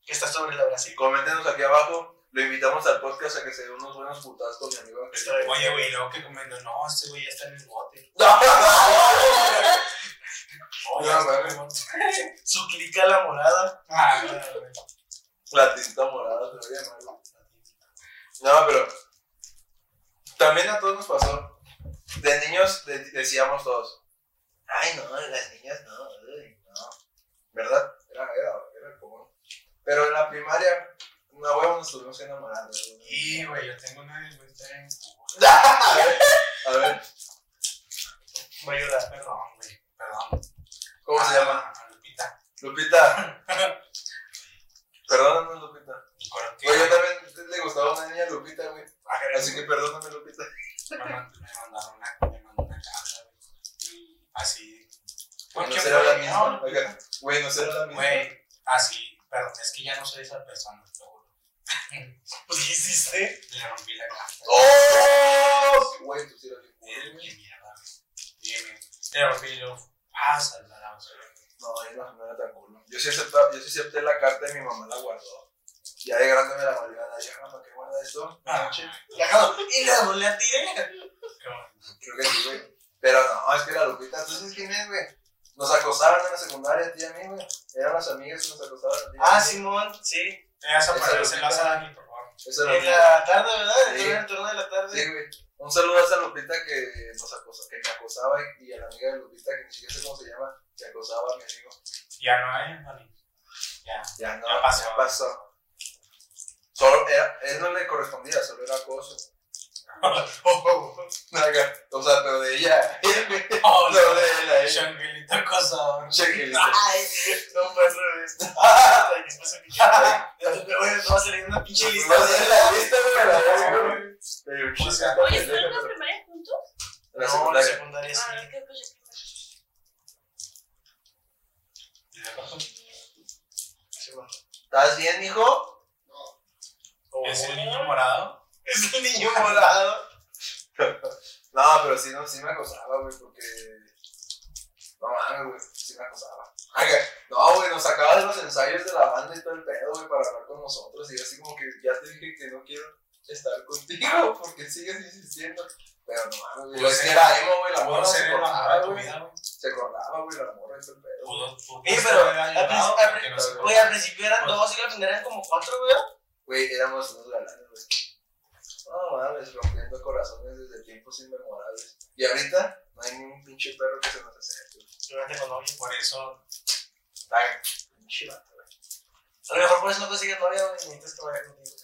Que está sobre la Brasil. Coméntenos aquí abajo. Lo invitamos al podcast a que se dé unos buenos putazos con mi amigo. Ángel. Oye, güey, luego que comiendo, no, este güey ya está en el bote. No, Oye, ya está en güey. el bote. Su clica la morada. Ah, claro, güey. La tinta morada, te voy a llamar. No, pero. También a todos nos pasó. De niños de- decíamos todos. Ay, no, las niñas no, uy, no. ¿Verdad? Era, era, era común. Pero en la primaria, una huevo nos estuvimos enamorando. güey. Y, güey, yo tengo una respuesta en A ver, a ver, Va a llorar. Perdón, güey, perdón. ¿cómo se Ah, llama? Lupita. Lupita. Perdónanos, Lupita. Mi corazón. Güey, yo también le gustaba una niña Lupita, güey. Ah, Así que perdóname, Lupita. Me mand- me mandaron una, me mandó una carta, güey. Así. No qué será la güey, misma. no? Oiga, Güey, no será la misma. Güey, así, perdón, es que ya no soy esa persona, te lo juro. Pues, ¿qué hiciste? Le rompí la carta. ¡Oh! Güey, tú sí eres bien Él, culero, qué mierda, Teófilo, pásala. la vamos a ver. No, es la no era tan culo. Yo sí, acepta- yo sí acepté la carta y mi mamá la guardó. Ya de grande me la volvió a dar. Ya, mamá, ¿qué guarda esto? Ah, Y acabo, y la, la tiré. qué bueno. Creo que sí, güey. Pero no, es que la Lupita, ¿tú sabes quién es, güey? Nos acosaron en la secundaria, a ti y a mí, güey. Eran las amigas que nos acosaron. a ti y a Ah, mí. Simón, sí. Esa para Esa se la hace a Dani, por favor. Esa era En la amiga. la tarde, ¿verdad? Sí. En el turno de la tarde. Sí, güey. Un saludo a esa Lupita que nos acosó, que me acosaba y, y a la amiga de Lupita, que ni siquiera sé cómo se llama, que acosaba a mi amigo. Ya no hay, Dani. Ya. Ya no, Ya pasó. ya pasó. Solo era, él no le correspondía, solo era acoso. Acá, O sea, pero de ella. Oh, Lo de la El changuelito acosador. Chequelito. Ay, no fue al revés. Ay, qué pasó, pinche. Ah, Oye, te va a salir una pinche lista. No sé, la lista, güey, la verga, güey. Pero, O sea, la Oye, ¿están en pendeja, la primaria juntos? pero- La No, la secundaria secundaria. sí. Ah, no, creo que yo primero. Y de pronto, Simón. ¿Estás bien, mijo? Es el niño morado. Es el niño morado. No, pero sí, no, sí me acosaba, güey, porque. No mames, güey, sí me acosaba. Ay, güey, No, güey, nos sacaba de los ensayos de la banda y todo el pedo, güey, para hablar con nosotros. Y yo así como que ya te dije que no quiero estar contigo porque sigues insistiendo. Pero no mames, güey. Pudo Es que ser- era emo, güey, la Pudo morra ser se el amor cortaba, de tu güey. vida, güey. Se cortaba, güey, la morra y todo el pedo. güey. Pudo, pudo Oye, estar pero haber al ayudado principio- porque no se pudo. Güey, al principio eran dos y al final eran como cuatro, güey. Güey, éramos unos galanes, güey. No mames, rompiendo corazones desde tiempos inmemorables. Y ahorita no hay ningún pinche perro que se nos acerque. güey. Yo era con novia. Por eso, Está bien. Pinche vato, güey. A lo mejor por eso no consigues novia, güey. Necesitas que vaya contigo.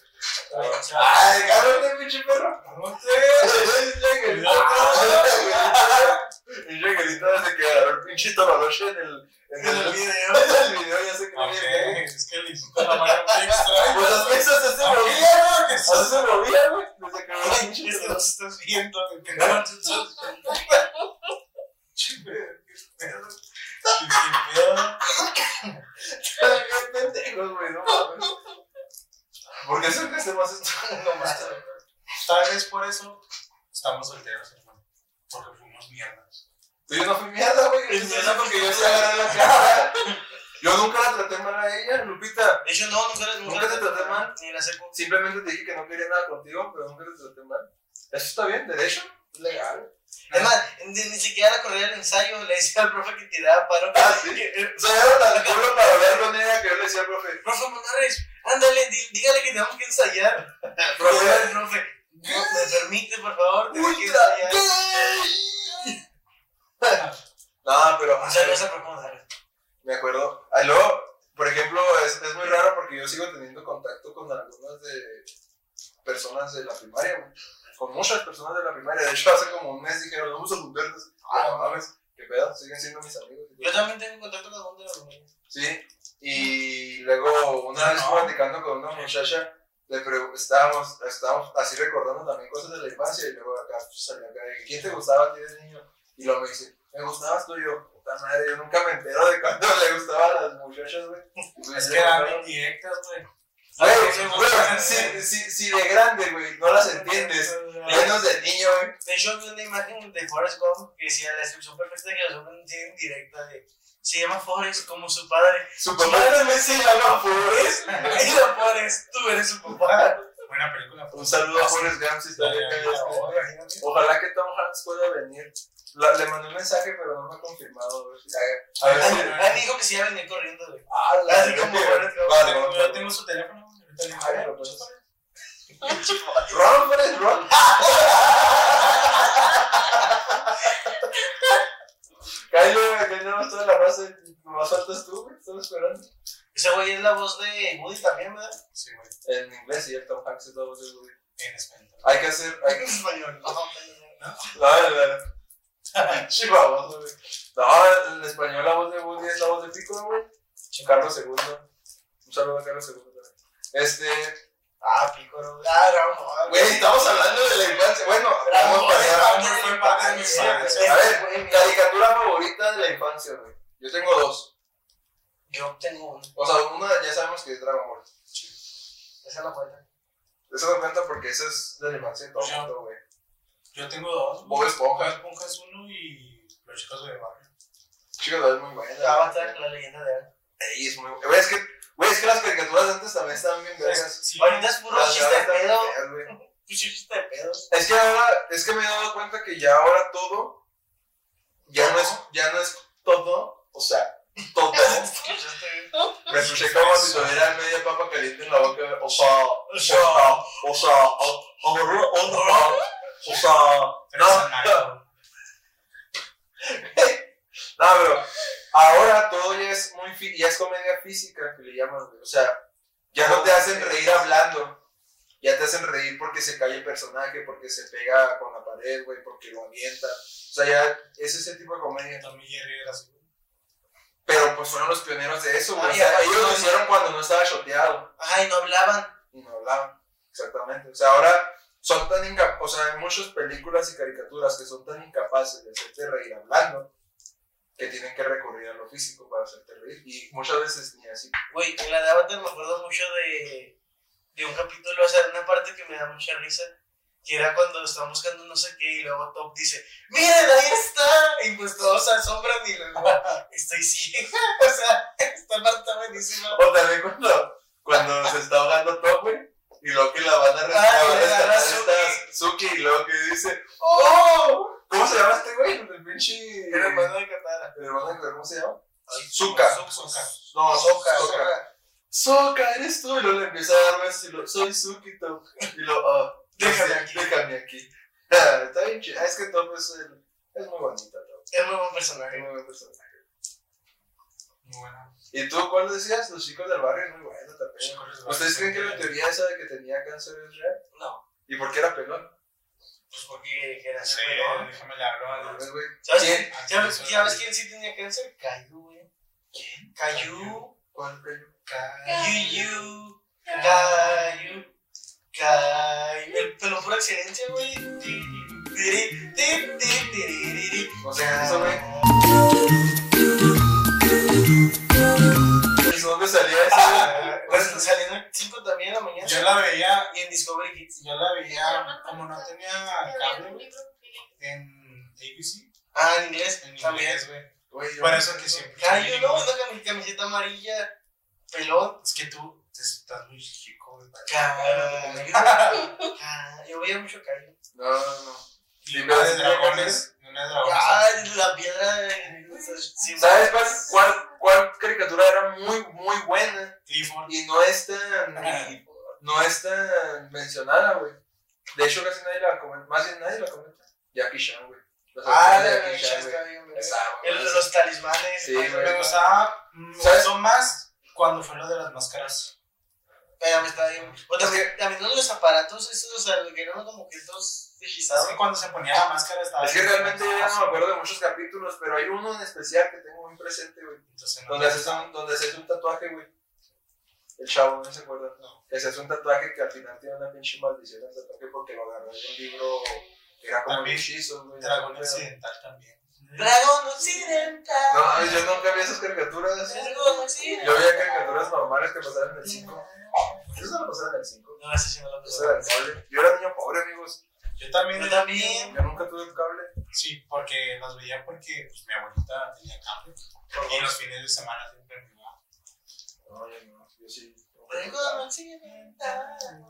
¡Ay, cállate, pinche perro! no sé. ¡Pinche Ah. grito desde que agarró el pinche Tololoche en el, en el, video. en el video, ya se cree Ah, Ok, bien. es que le hiciste la mano muy extraña. ¿eh? Ah, Pues las mesas se se movían, güey. Así se movían, güey. Desde que agarró el pinche Este Tololoche. los estás viendo. Che, güey, qué pedo. Qué pedo. Qué pendejos, güey, no mames. ¿Por qué siempre hacemos esto? No más. Tal vez por eso estamos solteros, hermano. Porque fuimos mierdas. Yo no fui mierda, güey. Es Yo mierda no- porque yo no sí sé agarré la cara. Yo nunca la traté mal a ella, Lupita. De hecho, no, nunca, ¿Nunca te traté mal? Ni la secu. Simplemente te dije que no quería nada contigo, pero nunca te traté mal. Eso está bien, derecho. Es legal. Es más, ni, ni siquiera la corría el ensayo, le decía al profe que tiraba paro. Ah, ¿sí? Que- eh, O sea, era tan culo para hablar con ella que yo le decía al profe. Profe Monarres, ándale, di- dígale que tenemos que ensayar. Y era Profe, el profe, no, ¿me permite, por favor? Tenemos que ultra ensayar. gay. No, pero. O sea, no se preocupa. Me acuerdo. Ah, luego, por ejemplo, es, es muy raro porque yo sigo teniendo contacto con algunas de personas de la primaria, güey. Con muchas personas de la primaria. De hecho, hace como un mes dijeron, vamos a juntarnos. Ah, no mames, qué pedo, siguen siendo mis amigos. Yo también tengo contacto con un de los niños. Sí. Y luego, una vez No. platicando con una muchacha, le pre- estábamos, estábamos así recordando también cosas de la infancia. Y luego acá pues, salió acá, de que, ¿quién te gustaba a ti de niño? Y luego me dice, ¿me gustabas tú? Y yo, puta madre, yo nunca me entero de cuánto le gustaban a las muchachas, güey. Es que eran indirectas, güey. Güey, Ah, sí, güey, sí, si, si, si de grande, güey, no las entiendes. Menos de niño, güey. De hecho, vi una imagen de Forrest Gump que decía la descripción perfecta que los hombres no tienen directa de. Se llama Forrest como su padre. Su papá también se llama Forrest. Ella Forrest, tú eres su papá. Buena película. pues. Un saludo a Forrest Gump si está bien callado. Imagínate. Ojalá que Tom Hanks pueda venir. La- le mandé un mensaje, pero no me ha confirmado. güey. A ver, a ver si. Ay, me dijo que se iba a venir corriendo, güey. Ah, la Así verga. como Forrest Gump. Vale, Tengo- vale, Yo vale. tengo su teléfono. ahorita le digo, Ay, lo "Oye, puedes". Ron, Forrest, Ron. Cállate, güey, que no más toda la raza. Nomás faltas tú, güey. Estamos esperando. Ese güey es la voz de Woody también, ¿verdad? Sí, güey. En inglés, y el Tom Hanks es la voz de Woody. En español. Hay que hacer. Hay En que... español. La verdad. Chihuahua, güey. No, en español la voz de Woody es la voz de Pico, güey. Carlos II. Un saludo a Carlos II también. Este. Ah, pícoro. Ah, Ramón. Güey, estamos hablando de la infancia. Bueno, Ramón, vamos para allá. Ramón fue parte de mi infancia. A ver, Güey, mira, Caricatura favorita de la infancia, güey. Yo tengo dos. Yo tengo una. O sea, una ya sabemos que es Dragon Ball. Esa no cuenta. Eso no cuenta porque esa es de la infancia de todo el mundo, güey. Yo tengo dos. Bob Esponja. Bob Esponja es uno y los chicos de Chico, es muy buena. Ya va a estar la leyenda de Aang. Ey, es muy buena. Güey, es que, güey, es que las caricaturas de antes también estaban bien vergas. Sí, Ahorita es puro Las de chiste de ahora están pedo. bien vergas, güey. Puro chiste de pedo. Es que ahora, es que me he dado cuenta que ya ahora todo, ya no es, ya no es todo, o sea, todo. Escuchaste. Me escuché como si tuviera media papa caliente en la boca, o sea, o sea, o sea, o o- o- o- o sea, pero no. es análogo. No, pero ahora todo ya es muy fi- ya es comedia física que le llaman, güey. O sea, ya no te hacen reír hablando. Ya te hacen reír porque se cae el personaje, porque se pega con la pared, güey, porque lo avienta. O sea, ya es ese tipo de comedia. Tommy Jerry era así. Pero pues fueron los pioneros de eso, güey. Ah, O sea, ya, ellos no, lo hicieron cuando no estaba choteado Ay, no hablaban. y no hablaban. Exactamente. O sea, ahora son tan incapaces. O sea, hay muchas películas y caricaturas que son tan incapaces de hacerte reír hablando que tienen que recurrir a lo físico para hacerte reír. Y muchas veces ni así. Güey, en la de Avatar me acuerdo mucho de, de un capítulo, o sea, de una parte que me da mucha risa, que era cuando estaban buscando no sé qué y luego Top dice, ¡Miren, ahí está! Y pues todos se asombran y luego, estoy ciega. o sea, esta parte está buenísima. O también cuando, cuando se está ahogando Top, güey. Y luego que la banda Ah, le rescata agarra a a Suki y luego que dice, ¡Oh! ¿cómo se llama este güey? El pinche. Era hermano de Katara. el hermano de- ¿Cómo se llama? Zuka. Zuka. No, Soka. Soka. Soka. Soca, eres tú. Y luego le empieza a dar besos y lo, soy Suki Top. Y lo, ah, Déjame déjame aquí. aquí. Déjame aquí. Ah, Está bien chido. Ah, Es que Top es, el, es muy bonita, Top. Es muy buen Es personaje. muy buen personaje. Muy bueno. ¿Y tú cuál decías? Los chicos del barrio es muy bueno también. Chicos, les va ¿Ustedes a creen que la gustar. teoría esa de que tenía cáncer es real? No, ¿Y por qué era pelón? pues porque era Sí, pelón. déjame le hablo a No, la- güey. ¿Sabes ¿Quién? a ¿Ya, Jesús. ya ves quién sí tenía cáncer? Cayu, güey. ¿Quién? Cayu. ¿Cuál pelón? Cayu. Cayu. Cayu. El pelón por excelencia, güey. Tiri, tiri, tiri, tiri, tiri. O sea, eso, güey. ¿Y ¿Dónde salía ese? Ah, Pues saliendo en 5 también en la mañana. Yo la veía, Y en Discovery Kids. yo la veía, como no tenía cable güey, en ABC, Ah, en inglés. en también. inglés, güey. Güey, yo- Por eso que siempre. Cayu, no, una cami- camiseta amarilla. Pelón. Es que tú te- estás muy chico, güey. Cayu. Cayu. Yo veía mucho Cayu. No, no, no. Y una de dragones, y una de dragones. Ah, la piedra de... Sí, ¿Sabes cuál, cuál, cuál caricatura era muy, muy buena? Clifford. Y no es tan, no es tan mencionada, güey. De hecho, casi nadie la comenta. Más bien nadie la comenta. Jackie Chan, güey. Las Ah, aventuras la de de Jackie Chan, güey. Esa, güey, El de esa- los talismanes. Sí, Ay, güey. Me gustaba, mm, me ¿Sabes? gustó más cuando fue lo de las máscaras. Pero me está bien. O también, también los aparatos esos, o sea, que eran como que todos Es hechizados. que cuando se ponía la máscara estaba. Es que realmente yo ya no me acuerdo de muchos capítulos, pero hay uno en especial que tengo muy presente, güey. Entonces, no. Donde haces un, donde haces un tatuaje, güey. El chavo, no se acuerda. No. Que se hace un tatuaje que al final tiene una pinche maldición el tatuaje porque lo agarró de un libro que era como un También. hechizo, güey. Dragón Pero- Occidental también. Dragón occidental. No, mames, yo nunca vi esas caricaturas. Dragón occidental. Yo veía caricaturas normales que pasaban en el 5. Eso no pasaban en el 5. No, ese sí no lo Eso era pensaba. el cable. Yo era niño pobre, amigos. Yo también. Yo también. Yo nunca tuve el cable. Sí, porque las veía porque pues, mi abuelita tenía cable. Y los fines de semana siempre me iba. No, yo no. Yo sí. Dragón occidental.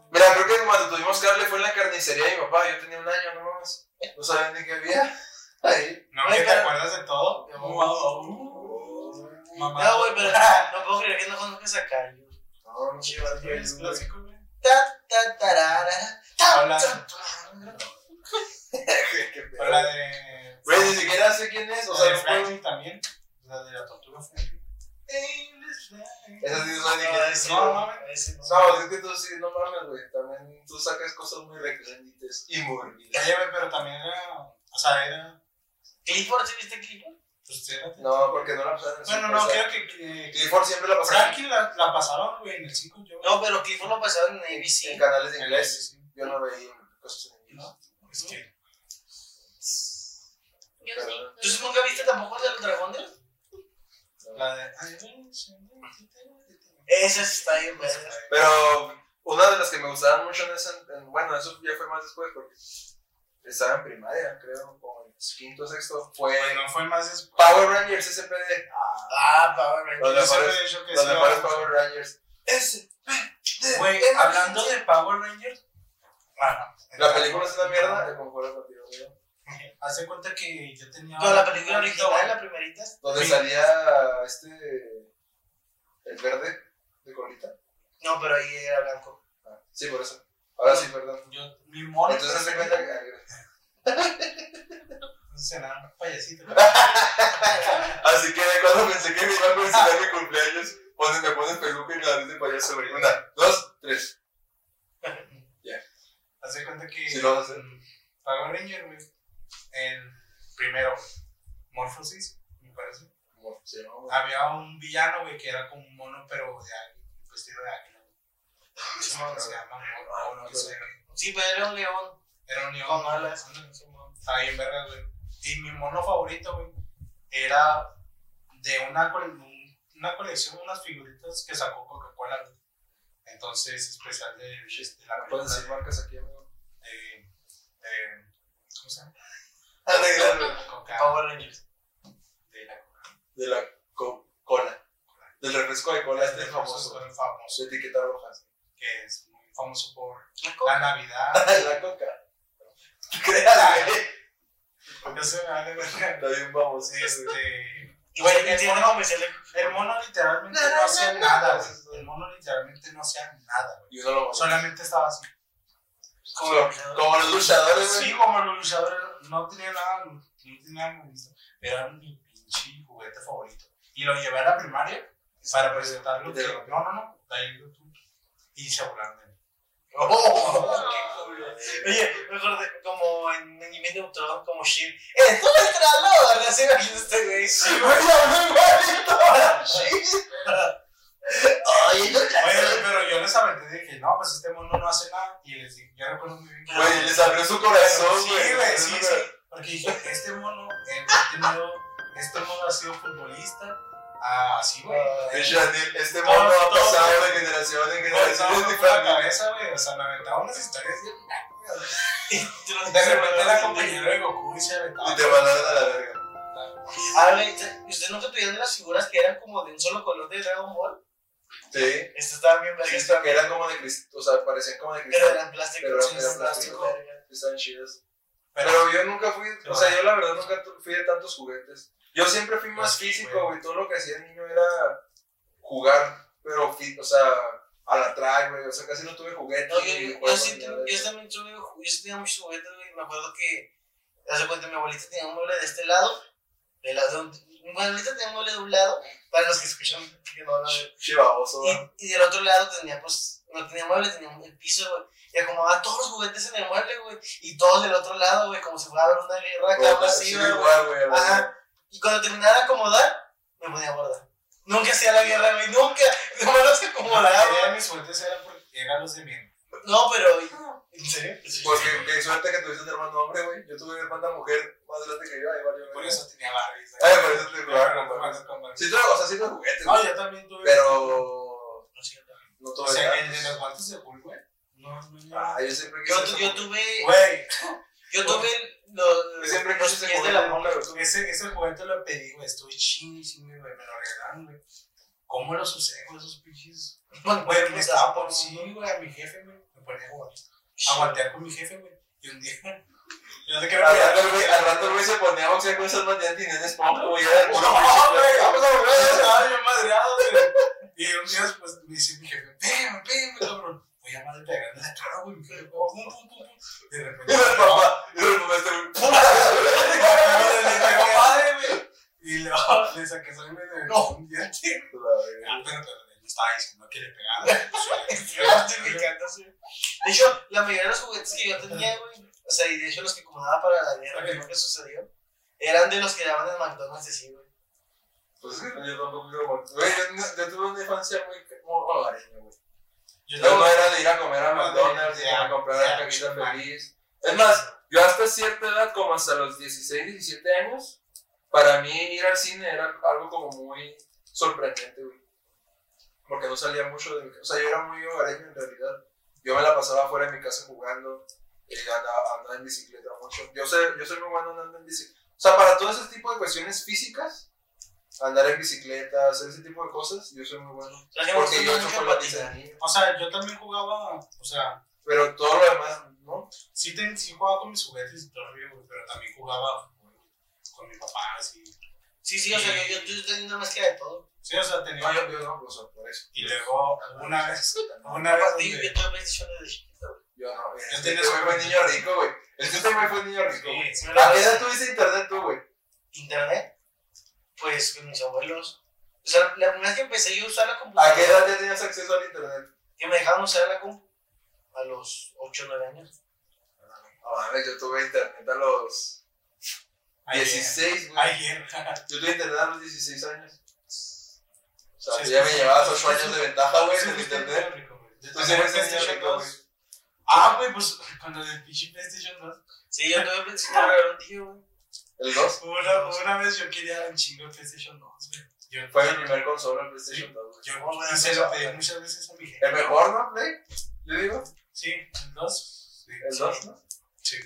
Mira, creo que cuando tuvimos cable fue en la carnicería de mi papá. Yo tenía un año, no mames. No sabía ni qué había. Ahí. ¿No Ay, que te pero- acuerdas de todo? Oh. Mamá. No, güey, pero ah, no puedo creer que no conozcas a Cayu. No, no sé. Chivas, Es clásico, güey. Ta, ta, tarara, ta, Habla- ta, tarara. Qué pedo. O la de. Güey, ni siquiera sé quién es. O la sea, de no puedo. Franklin también. La de la tortuga Franklin. Esa sí no sé ni No, quién es. ese No, no, mames. ese No, es que tú sí, no mames, güey. También tú sacas cosas muy recurrentes y morbidas. Oye, güey, pero también era. O sea, era. Clifford, ¿sí viste Clifford? Pues era. No, pues porque no la pasaron. en Bueno, su no, casa. creo que. que Clifford siempre la pasaba Franklin la, la pasaron, güey, en el 5 yo. No, pero Clifford lo pasaron en en ABC. canales de en inglés. inglés. Yo no veía cosas en inglés. No. Es que. Yo sí. ¿Tú sí nunca viste tampoco el de los dragones? La de. este Eh, Esa está bien, pues. pues, verga. Pero una de las que me gustaban mucho en ese. en- bueno, eso ya fue más después porque estaba en primaria, creo. o en quinto sexto, fue no fue más después. eh, Power Rangers SPD. Ah, Power Rangers. Los Yo mejores, siempre he dicho que los sí, mejores no. Power Rangers. SPD. Güey, hablando de Power Rangers, Ah, no. La película es una mierda, el conjuro es la pirámide. Hace cuenta que yo tenía. Pero la película Ahorita, original, güey. la primerita. Donde Sí. salía este. El verde de colita. No, pero ahí era blanco. Ah, sí, por eso. Ahora sí, perdón. Yo, mi mono. Entonces se cuenta que. Será un payasito. Así que cuando pensé que me iba a coincidir mi cumpleaños, ponen, me ponen peluca y me la de payaso, güey. Una, dos, tres. Hace cuenta que. mm, Sí, lo vas a hacer. Power Ranger, güey. El primero, güey. Morphosis, me parece. Como se llama, güey. Había un villano, güey, que era como un mono, pero de águila, vestido de águila. güey. ¿Cómo se llama? Mono, no sé, güey. Sí, pero era un león. Era un león. Con alas. Ándale, sí, mono. Estaba bien verga, güey. Y mi mono favorito, güey, era de una, cole- un- una colección, unas figuritas que sacó Coca-Cola, güey. Entonces, especial de, de Ah, la Pueden película decir marcas aquí, amigo. de, de- ¿Cómo se llama? Ah, Arreglarlo. Coca. Power Rangers. De la Coca. De la co- cola. Del refresco de cola, este Este es famoso. es famoso, Su etiqueta roja. que es muy famoso por La la coca. Navidad. La coca. Créale, güey. Porque se me vale verga. Está bien famoso. Este. Y bueno, el tiene mono- comercial de- El mono literalmente Na, no na, hacía na, nada, na. güey. El mono literalmente no hacía nada, güey. Y uno lo Solamente estaba así. como Como- dominador. Como los luchadores, güey. Sí, como los luchadores no tenía nada, no tenía nada visto. Era mi pinche juguete favorito. Y lo llevé a la primaria para presentarlo. De- que- No, no, no, de ahí lo tuve. Y se burlaron de mí. Oh. No. Oye, mejor de, como en Anime de Ultron, como Shin. ¡Eh, tú entralo! Así me hizo este güey. Sí, güey, habló igualito. Sí. Oye, yo ya Oye, sé. pero yo les aventé y dije, no, pues este mono no hace nada. Y les dije, yo recuerdo muy bien. que- Güey, les abrió su corazón, Sí, güey. güey, sí, sí. Porque dije, este mono, eh, ha tenido- este mono ha sido futbolista. Ah, sí, güey. De hecho, Eh, Daniel, este mono ha pasado de generación en güey, generación. estaba de por la familia. cabeza, güey. O sea, me aventaba unas historias. bien locas. De De repente era compañero de Goku y se aventaba. Y te mandaron a la verga. Ah, güey, ¿ustedes nunca tuvieron las figuras que eran como de un solo color de Dragon Ball? Sí. Estas estaban Este bien Sí, vergas sí, que también. eran como de cristal. O sea, parecían como de Pero cristal. eran plástico. Pero sí, era eran plástico. verga. Estaban chidas. Pero Pero yo nunca fui, o sea, yo la verdad nunca tu- fui de tantos juguetes. Yo siempre fui más Sí, físico, güey. Todo lo que hacía de niño era jugar, pero, fi- o sea, a la track, güey. O sea, casi no tuve juguetes. No, yo, ni yo, yo juegos, sí ni tuve- nada de yo eso. también tuve, ju- yo sí tenía muchos juguetes, güey. Me acuerdo que, hace cuenta, mi abuelita tenía un mueble de este lado, de la, de un- mi abuelita tenía un mueble de un lado, para los que escuchan que no hablan, güey. Chivaboso, güey. Y, y del otro lado tenía, pues, no tenía mueble, tenía un- el piso, güey. Y acomodaba todos los juguetes en el mueble, güey. Y todos del otro lado, güey, como si fuera a haber una guerra acá, Como así, sí, güey. igual, güey. a la Ajá. verga. Y cuando terminaba de acomodar, me ponía a guardar. Nunca hacía la guerra, güey, nunca. No me los como la acomodaba. mayoría de mis sueltes eran porque eran los de mi No, pero. ¿En serio? Pues qué, qué suerte que tuviste un hermano hombre, güey. Yo tuve una hermana mujer más grande que yo. Ahí valió. Por verga. eso tenía Barbies. ¿eh? Ay, por eso te Pero jugaron, no güey. tomas con Barbies. Sí, tuve, o sea, sí tuve juguetes, No, güey. yo también tuve. Pero No es cierto. no O tuve sea, el de los gatos. guantes de pool, güey. No, no, no. Ah, yo siempre quise. Yo, ese tu- yo juguete. tuve. Güey, Yo tuve los. Yo siempre los quise ese pies de juguete, la nunca mona. lo tuve. ese, ese juguete lo pedí, güey. Estuve chingue, chingue, güey. Me lo regalaron, güey. ¿Cómo los usé, güey, esos pinches? Güey, pues, me estaba por sí, güey, a mi jefe, güey. Me ponía a jugar. A guantear con mi jefe, güey. Y un día. Yo te quiero Al rato, el olvidar. güey, al rato el güey se ponía a boxear con esas mañanas y nene esponja, güey. Era el No, puro güey, pinche- vamos a Yo estaba bien madreado, güey. Y un día después me dice mi jefe, pégame, pégame, cabrón. Voy a madre pegarle la cara, güey. mi jefe, Pum, pum, pum, pum. Y de repente. Y el papá, y el papá este güey, ¡puta la verga! Le saqué madre, güey. Y luego le saqué sangre de No. un diente. Ah, pero, pero él me estaba diciendo que le pegara. De hecho, la mayoría de los juguetes que yo tenía, güey. O sea, y de hecho los que acomodaba para la guerra que nunca sucedió, eran de los que daban en McDonald's, así, güey. Pues es que yo tampoco quiero morir. Güey, yo, yo tuve una infancia muy como hogareña, güey. Yo Yo tengo- no era de ir a comer a No, de- McDonald's, de- ir a comprar a de- Cajita de- Feliz. Es más, yo hasta cierta edad, como hasta los 16, 17 años, para mí ir al cine era algo como muy sorprendente, güey. Porque no salía mucho de mi casa. O sea, yo era muy hogareño en realidad. Yo me la pasaba fuera de mi casa jugando. eh, anda, anda en bicicleta mucho. Yo, sé, yo soy muy bueno andando en bicicleta. O sea, para todo ese tipo de cuestiones físicas, andar en bicicleta, hacer ese tipo de cosas, yo soy muy bueno. La gente Porque me yo he gusta hecho mucho por la pizza de patinar. niño. O sea, yo también jugaba, o sea, Pero todo lo demás, ¿no? sí, ten- sí jugaba con mis juguetes y todo el rollo, güey, pero también jugaba güey, con mi papá, así. Sí, sí, o sea, yo, yo estoy teniendo una mezcla de todo. Sí, o sea, tenía... No, Ah, yo, yo no, o sea, por eso. Y luego, pues, una vez, una vez... Aparte, yo, donde- yo tuve PlayStation desde chiquito, güey. Yo no, güey. Yo Este tenía güey su- fue niño rico, güey. Este güey fue niño rico, güey. Sí, sí, ¿A qué edad tuviste internet tú, güey? Internet, pues con mis abuelos. O sea, la primera vez que empecé yo a usar la computadora. ¿A qué edad ya tenías acceso al internet? Que me dejaron usar la compu. A los 8 o 9 años. No mames, yo tuve internet a los ayer, 16, güey. ayer. Yo tuve internet a los 16 años. O sea, Sí, tú sí, ya me sí. llevabas 8 años de ventaja, güey, Sí, en el sí, internet. sí, rico, güey. Yo Tú tenía sí eres niño PlayStation rico, 2. Ah, güey, pues cuando del pinche PlayStation 2. Sí, Ah. yo tuve PlayStation para un tío, güey. El 2 Una, una vez yo quería un chingo de PlayStation 2, güey. Yo, fue mi primer consola, el PlayStation 2, güey. yo y se lo pedí muchas veces a mi jefe. El mejor, ¿no, Play? Yo digo, Sí, el 2. Sí. el 2, ¿no? Sí.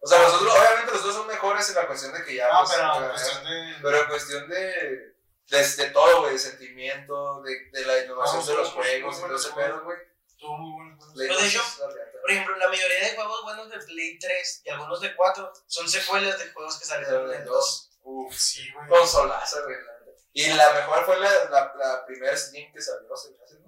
O sea, nosotros, obviamente los dos son mejores en la cuestión de que ya... Ah, pues, eh, pero en cuestión de. Pero en cuestión de, de, de todo, güey, de sentimiento, de, de la innovación Ah, de los muy, juegos muy y todo ese bueno. pedo, güey. Estuvo muy bueno. güey. Play Pues, de hecho, dos es la neta. Por ejemplo, la mayoría de juegos buenos de Play 3 y algunos de 4 son secuelas de juegos que salieron en Play el 2. dos, uf, Sí, güey. consolaza, güey. la neta. Y la mejor fue la, la, la primera Steam que salió, se me hace, ¿no?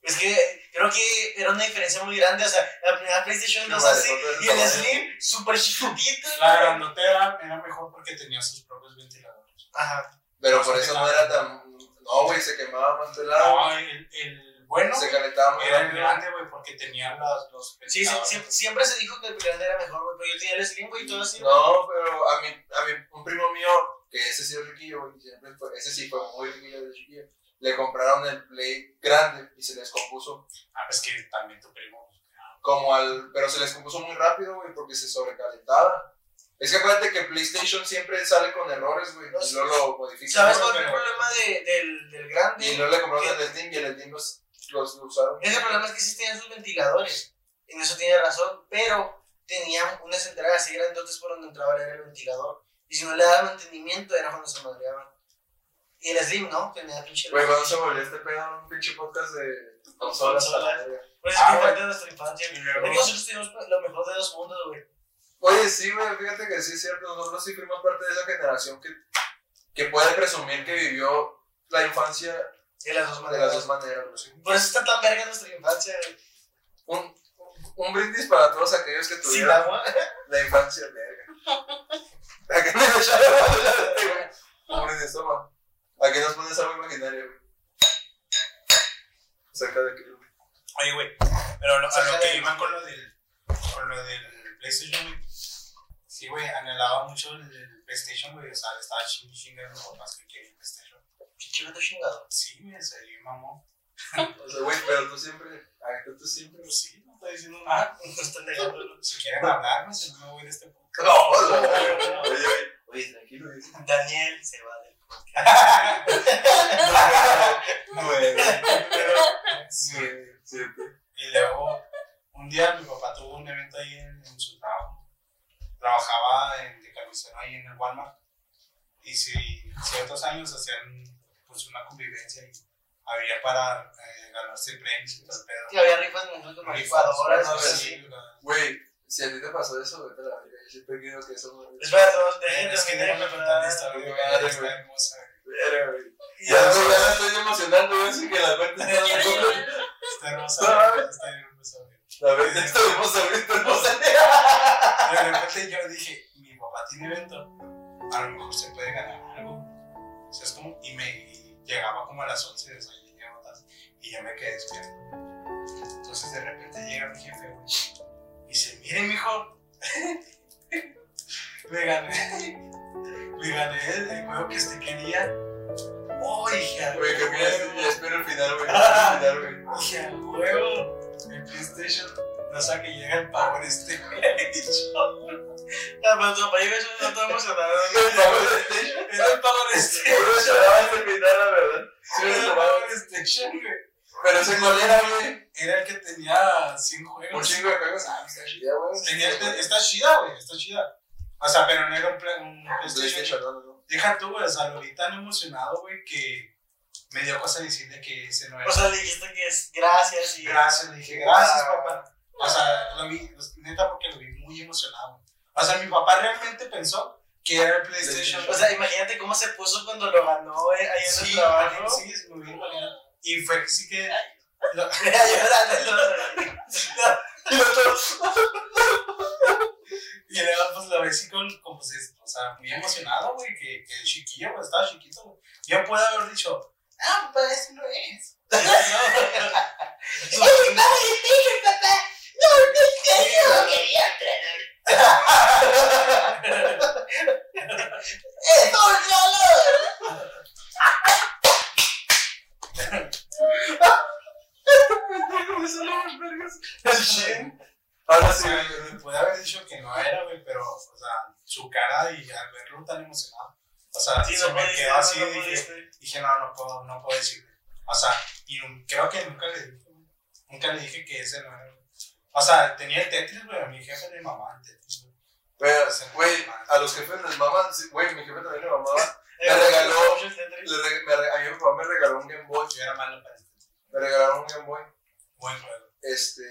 Es que creo que era una diferencia muy grande. O sea, la primera PlayStation 2 Madre, así todo ese y el tamaño. Slim súper chiquitito. La grandota era, era mejor porque tenía sus propios ventiladores. Ajá. Pero no por se eso no quemaba. era tan. No, güey, se quemaba más del agua. No, el, el bueno se calentaba muy era el rápido. grande, güey, porque tenía las, los Sí, sí, ventiladores. siempre, siempre se dijo que el grande era mejor, güey. Pero yo tenía el Slim, güey, y todo así. No, pero a mí, a mí, un primo mío, que ese sí es riquillo, güey, siempre fue- ese sí fue muy riquillo de chiquillo, le compraron el Play grande y se les compuso, Ah, pues que también tu primo. pues, ah, como al, pero se les compuso muy rápido, güey, porque se sobrecalentaba. Es que acuérdate que PlayStation siempre sale con errores, güey, y luego lo modifican. ¿Sabes güey, cuál fue el pero- problema de- del, del Y grande? luego le compraron el Steam y el Steam los, los usaron. Ese problema es que sí tenían sus ventiladores. En eso tiene razón, pero tenían unas entradas así grandotes por donde entraba era el ventilador. Y si no le daban mantenimiento, era cuando se madreaban. Y el Slim, ¿no? Tenía pinche. Güey, cuando se volvió este pedo, un pinche podcast de consolas. Consolas. a la verga. Pues Ah, es que güey. parte de nuestra infancia. Y Es que luego, nosotros tuvimos lo mejor de dos mundos, güey. Oye, sí, güey, fíjate que sí es cierto. Nosotros sí fuimos parte de esa generación que, que puede presumir que vivió la infancia De las dos de las maneras. dos maneras. güey. Por eso está tan verga nuestra infancia, güey. Un, un brindis para todos aquellos que Sin tuvieron agua. la infancia verga. Aquí nos echaron- Un brindis, toma. Aquí nos pones algo imaginario, güey. Cerca de aquí, güey. Oye, güey, pero lo- a lo Sácale. que iban con lo del, con lo del PlayStation, güey. Sí, güey, anhelaba mucho el, el PlayStation, güey. O sea, le estaba ching chingando por más que quería el PlayStation. Pinche vato chingado. Sí, güey, se dio mamón. O sea, güey, pero tú siempre. ay, tú- tú siempre. Pero sí, Ah, no estoy diciendo nada. No están dejándolo. Si quieren hablarme, si no me voy de este podcast. No, no, no, oye, oye. Oye, tranquilo, güey. Daniel se va del Pero, sí. Nueve, siete. Y luego, un día mi papá tuvo un evento ahí en, en su trabajo. Trabajaba en, de carnicero ahí en el Walmart. Y si ciertos años hacían pues una convivencia y había para eh, ganarse premios y todo el pedo. Que había rifas en el mundo como licuadoras. no, cosas sí. así. la- Güey, si a ti te pasó eso, vete a la verga. Yo siempre quiero que eso no Espera, no, déjenme Es que déjame terminar. contar la historia, güey, Madre, está güey. hermosa. güey. Verga, güey. Y Ya ahora- no, ya me estoy emocionando, güey, así que la cuenta está Quiero La llorar. Está Ah. hermosa, güey, está hermosa. güey. cuenta está emocionando, no sé. De repente yo dije, mi papá tiene evento, a lo mejor se puede ganar algo. O sea, es como, y me y llegaba como a las 11 de esa llegaba tarde, y yo me quedé despierto. Entonces de repente llega mi jefe, güey, y dice, miren, mijo, me gané, me gané el, el juego que usted quería. Oh, dije, "a Güey, que mira, huevo". ya espero el final, güey. El final, güey. Dije, "A huevo, el PlayStation, no sé que llega el Power este, Ah, pero tu papá llega eso, no todo emocionado. Era el Power este. Yo no lloraba al final, la verdad. Sí, Era me el tomaba. Power Station, güey. Pero ese cuál era, güey. Era el que tenía 100 Un juegos. chingo de juegos. Ah, está chida, güey. Tenía, este- está chida, güey, está chida. O sea, pero no era un, pla- un Un PlayStation, no, no, no. Deja tú, güey, o sea, lo vi tan emocionado, güey, que me dio cosa decirle que ese no era. O sea, le dijiste que es gracias y. gracias, le dije, gracias, papá. O sea, lo vi, pues, neta, porque lo vi muy emocionado. güey. O sea, mi papá realmente pensó que era el PlayStation. O sea, imagínate cómo se puso cuando lo ganó eh, ahí en sí, el trabajo. sí, es muy bien, güey. Y fue que sí que. lo- Era llorando. Y los otros, Y luego, pues lo ves así con, con, pues, es- o sea, muy emocionado, güey, que, que chiquillo, güey, estaba chiquito, güey. Yo puedo haber dicho, ah, papá, ese no es. No, no. me salen las vergas. El chin. Ahora sí, güey. Puede haber dicho que no era, güey, pero, o sea, su cara y al verlo tan emocionado, o sea, Sí, se no me pudiste, quedó así, no dije, pudiste. dije, no, no puedo, no puedo decirle. O sea, y nun- creo que nunca le dije, güey. nunca le dije que ese no era. güey. O sea, tenía el Tetris, güey, a mi jefe le mamaba el Tetris, güey. Pero, güey, a los jefes les maman. sí, Güey, mi jefe también le mamaba. Eh, regaló. mucho Tetris. Le re- me re- a mí mi papá me regaló un Game Boy. Yo era malo para el Tetris. Me regalaron un Game Boy. Buen juego. Este,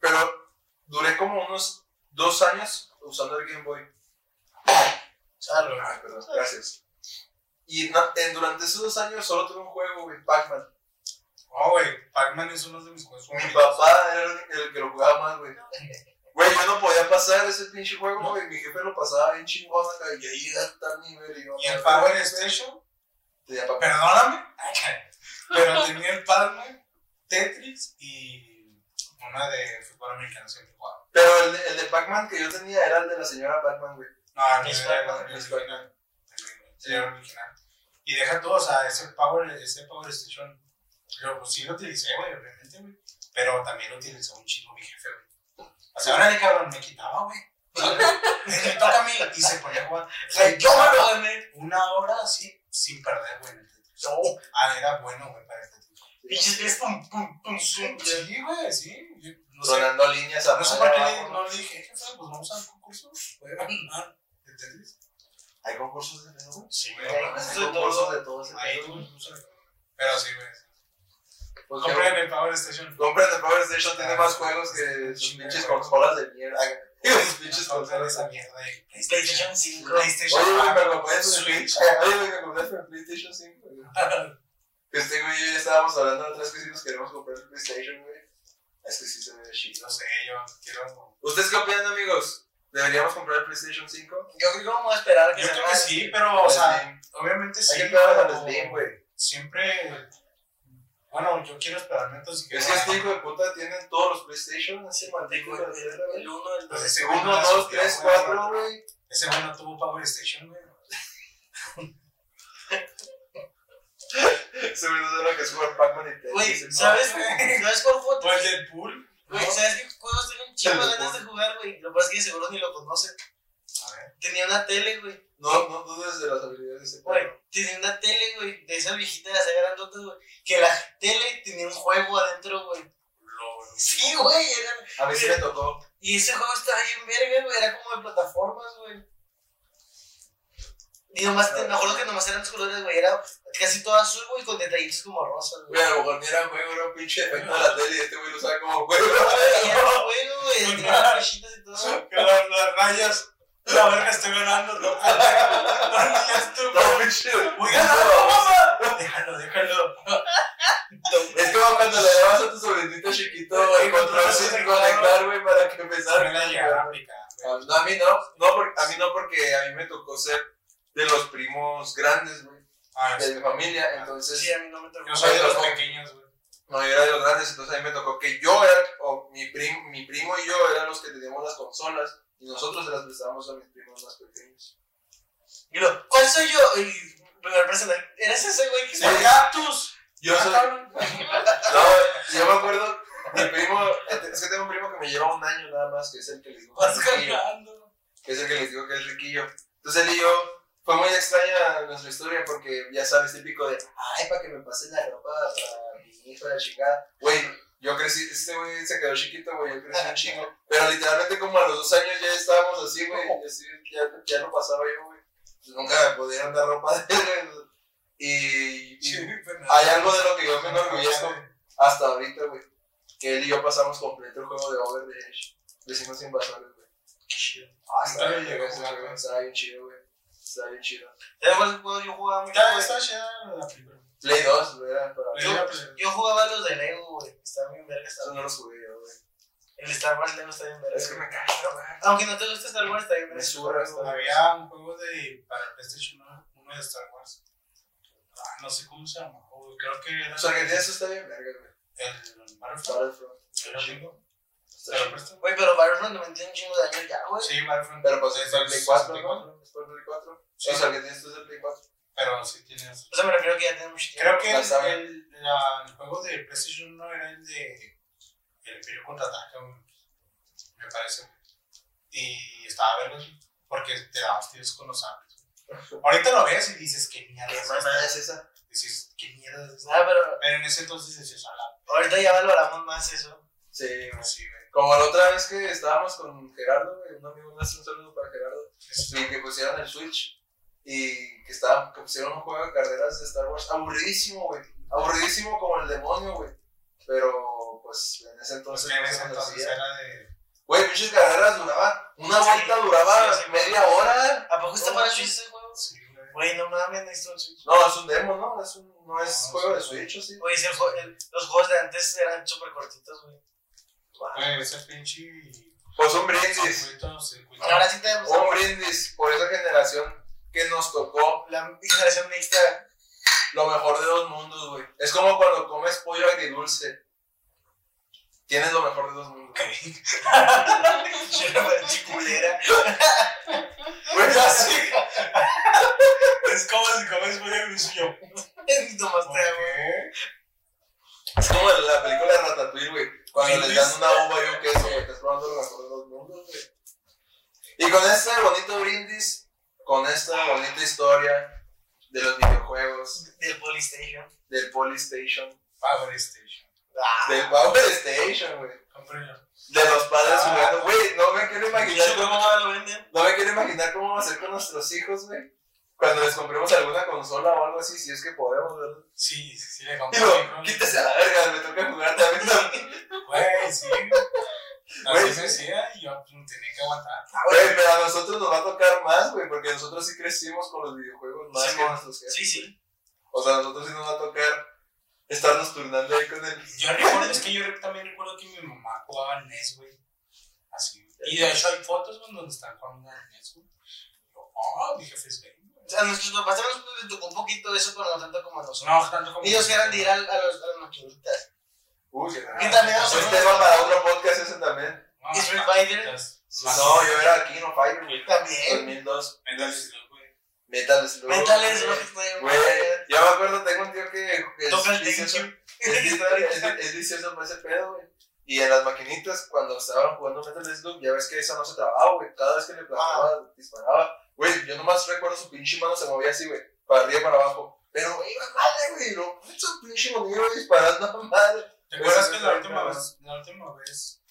pero duré como unos dos años usando el Game Boy. Chalo, Ay, perdón, gracias. Y na- en- durante esos dos años solo tuve un juego, güey, Pac-Man. Oh, güey, Pac-Man es uno de mis juegos Mi favoritos. papá era el, el que lo jugaba más, güey. Güey, yo no podía pasar ese pinche juego, güey. Mi jefe lo pasaba bien chingón acá. Y ahí era tal nivel. Y, yo, Y el este. güey, Power Station, tenía Pac-Man. perdóname, pero tenía el Pac-Man, Tetris y una de fútbol americano siempre jugaba. Pero el, de- el de Pac-Man que yo tenía era el de la señora Pac-Man, güey. No, el Es mío era Pac-Man, el es original. Sí, era el original. Y deja tú, o sea, ese Power, ese power Station, lo, pues sí lo utilicé, güey, obviamente, güey. Pero también lo utilizó un chingo mi jefe, güey. O sea, ahora cabrón, me quitaba, güey. Me toca a mí y se ponía a jugar. O sea, yo me lo gané. una hora así, sin perder, güey, en el Tetris. Ah, era bueno, güey, para el Tetris. Pinches "Este, tres, pum, pum, pum, pum. ya. Sí, güey, sí. Yo No sé, Sonando líneas a no sé por qué le, no le dije, jefe, pues vamos al concurso. Voy a ganar. ¿Entendés? Hay concursos de todo. Sí, güey. güey. Hay de concursos de todo. ese Ahí, pedo, güey. güey. Pero sí, güey. Pues, Compré en el Power Station. Compren el Power Station, Ah, tiene más juegos que sus pinches consolas de mierda. Digo, sus pinches Compré consolas esa de eh. mierda de PlayStation. PlayStation 5. PlayStation. Oye, güey, me compré su Switch. Switch. Oye, güey, me compré su PlayStation 5. güey. Que este güey y yo ya estábamos hablando de otras que sí nos queremos comprar el PlayStation, güey. Es que sí se ve chido. No sé, yo quiero. ¿Ustedes qué opinan, amigos? ¿Deberíamos comprar el PlayStation 5? Yo creo que vamos a esperar a que Yo se creo haga. que sí, pero, o Al sea, Slim. obviamente Hay sí. que esperar pero al Slim, güey. Siempre. Bueno, yo quiero esperarme entonces. Es que este hijo de puta tiene todos los PlayStation, ese este, maldito. Digo, el- El 1, el 2. Pues ese güey no Uno, la dos, sufrió, tres, güey, cuatro, güey. Ese güey no tuvo Power Station, güey. Ese güey no sabe lo que es jugar Pac-Man y Tetris. Güey, este, No. ¿sabes? ¿Sabes cuál fue? O el Deadpool. Güey, ¿sabes qué juegos tengo un chingo El de ganas de jugar, güey? Lo que pasa es que seguro ni lo conocen. A ver. Tenía una tele, güey. No, no dudes de las habilidades de ese Güey, perro. tenía una tele, güey, de esa viejita de las grandotas, güey. Que la tele tenía un juego adentro, güey. Lo- Sí, güey, era A mí sí me tocó. Y ese juego estaba bien verga, güey. Era como de plataformas, güey. Y nomás, te, me acuerdo que nomás eran los colores, güey. Era casi todo azul, güey, con detallitos como rosas, güey. Güey, a lo mejor ni era juego, era un pinche efecto de la tele y este güey lo usaba como juego. Y era un juego, güey. Tenía las flechitas y todo. Que las, las rayas. La verga estoy ganando, no. Ya estuvo. No, pinche. Voy ganando, mamá. Déjalo, déjalo. Es como cuando le dabas a tu sobrinito chiquito el control sin conectar, güey, para que empezara Me la llegaron a aplicar, güey. No, a mí no, no por- a mí no, porque a mí me tocó ser de los primos grandes, güey, Ah, de mi familia, Sí, entonces a mí no me tocó. Yo soy de los pequeños, güey. no yo era de los grandes, entonces a mí me tocó que yo era, o mi, prim- mi primo y yo eran los que teníamos las consolas y nosotros se las prestábamos a mis primos más pequeños. Y lo, ¿cuál soy yo? Y primer personaje. ¿Eres ese, güey? que Sí. se- gatos! Ah, Yo soy, no, yo me acuerdo, mi primo, es que tengo un primo que me lleva un año nada más, que es el que les gusta. ¡Vas ganando! que es el que les digo que es riquillo. Entonces él y yo, fue muy extraña nuestra historia porque ya sabes, típico de, ay, para que me pasen la ropa para mi siniestra, la chingada. Güey, yo crecí, este güey se quedó chiquito, güey, yo crecí un chingo. Pero literalmente como a los dos años ya estábamos así, güey, y así, ya, ya no pasaba yo, güey. Pues Nunca me podían dar ropa de él, Y, y hay algo de lo que yo me enorgullezco hasta ahorita, güey. Que él y yo pasamos completo el juego de Overwatch. Vecinos invasores, güey. Ah, está bien, Está bien, güey, está bien chido, güey. Está bien chido. ¿Sabes cuál juego yo jugaba mucho, Está, güey? está chida la película. pues, Play 2, güey, era para Yo- Yo jugaba los de Lego, güey. Estaban bien vergas Eso también. no lo subí yo, güey. El Star Wars Lego está bien vergas. Es que me cago, güey. Aunque no te guste Star Wars, está bien Me vergas. surra esta güey. Había un juego de, para PlayStation 1, uno de Star Wars. Ah, no sé cómo se llama. güey, Creo que era O sea, que de eso está bien, verga, güey. el Battlefront. Battlefront. ¿Era chingo? pues, Está ¿Se lo bien. presto? Güey, pero Battlefront le metió un chingo de años ya, güey. Sí, Battlefront. Pero pues es el Play 4, 64. ¿no? Es por Play 4. Sí. O sea, que tienes esto es el Play 4. Pero sí tienes. O sea, me refiero que ya tiene mucho tiempo. Creo que La el, saga. el- la- el juego de PlayStation 1 era el de El Imperio Contraataca, güey, um, me parece. güey. Y estaba verlo porque te dabas tiros con los sables. güey. Ahorita lo ves y dices, qué mierda ¿Qué es mamada esta? Ah, es esa? Dices, qué mierda es esta? Ah, pero Pero en ese entonces decías, a la ahorita ya valoramos más eso. Sí, verga, güey. sí, güey. Como la otra vez que estábamos con Gerardo, güey, un amigo más, un saludo para Gerardo, y que pusieron el Switch y que, estaban, que pusieron un juego de carreras de Star Wars aburridísimo, güey. Aburridísimo como el demonio, güey. Pero, pues, en ese Pues entonces que en no se ese entonces conocía. era de. Güey, pinches carreras duraban, una Sí, vuelta duraba sí, sí. media hora. ¿A poco está No, para sí. Switch ese juego? Sí, güey. Güey, no mames, necesito un Switch. No, es un demo, ¿no? Es un, no es No, juego de sí. Switch, ¿o sí? Güey, si el jue- el- los juegos de antes eran súper cortitos, güey. Güey, ese pinche. Pues un brindis, circuito, circuito. Ahora sí tenemos un brindis por esa generación que nos tocó la generación mixta. lo mejor de dos mundos, güey. Es como cuando comes pollo agridulce. Tienes lo mejor de dos mundos. Chiculera. Güey, es así. Es como si comes pollo en un suyo. ¿Por Tomaste agua. qué? Es como en la película de Ratatouille, güey. Cuando les dan Brindis. una uva y un queso, güey. Estás probando lo mejor de dos mundos, güey. Y con este bonito brindis, con esta bonita historia de los videojuegos, Del Polystation. del Polystation, Power Station. Ah. del Power Station, güey. Cómpralo. De los padres Ah. jugando. Güey, no me quiero imaginar Yo cómo- cómo no lo venden. No me quiero imaginar cómo va a ser con nuestros hijos, güey. Cuando les compremos alguna consola o algo así, si es que podemos, ¿verdad? Sí, sí, sí, le compré. Digo, quítese a la verga, me toca jugar también. Güey, Güey, sí. Güey, sí. Así se hacía y yo pues, tenía que aguantar. Ah, pero a nosotros nos va a tocar más, güey, porque nosotros sí crecimos con los videojuegos más Sí, que mo. nuestros jefes. Sí, sí. O sea, a nosotros sí nos va a tocar estarnos turnando ahí con el. Yo recuerdo, es que yo re- también recuerdo que mi mamá jugaba al NES, güey. Así. Y de hecho hay fotos güey, donde están jugando al NES, güey. Yo, oh, mi jefe es gay. güey. O sea, a nuestros papás también les tocó un poquito de eso, pero no tanto como a nosotros. No, tanto como. Ellos eran de ir al- a, los, a las maquinitas. Uy, que nada. Y también a Eso es nosotros. tema para otro podcast ese también. No, ¿Y Street tanto, Fighter? entonces, No, yo era Kino Fighter, güey. También. 2002. Metal Slug, güey. Metal Slug. Mentales, güey. güey. pues, Güey, yo me acuerdo, tengo un tío que. que es Toca el vicioso. Tekken. Es vicioso- es- es vicioso por ese pedo, güey. Y en las maquinitas, cuando estaban jugando Metal Slug, ya ves que esa no se trababa, güey. Cada vez que le plantaba, disparaba. Güey, yo nomás recuerdo su pinche mano se movía así, güey. Para arriba y para abajo. Pero, güey, iba madre, güey. Lo su pinche monillo güey, disparando a madre. ¿Te acuerdas Ese que es la el última cabrón. vez, la última vez,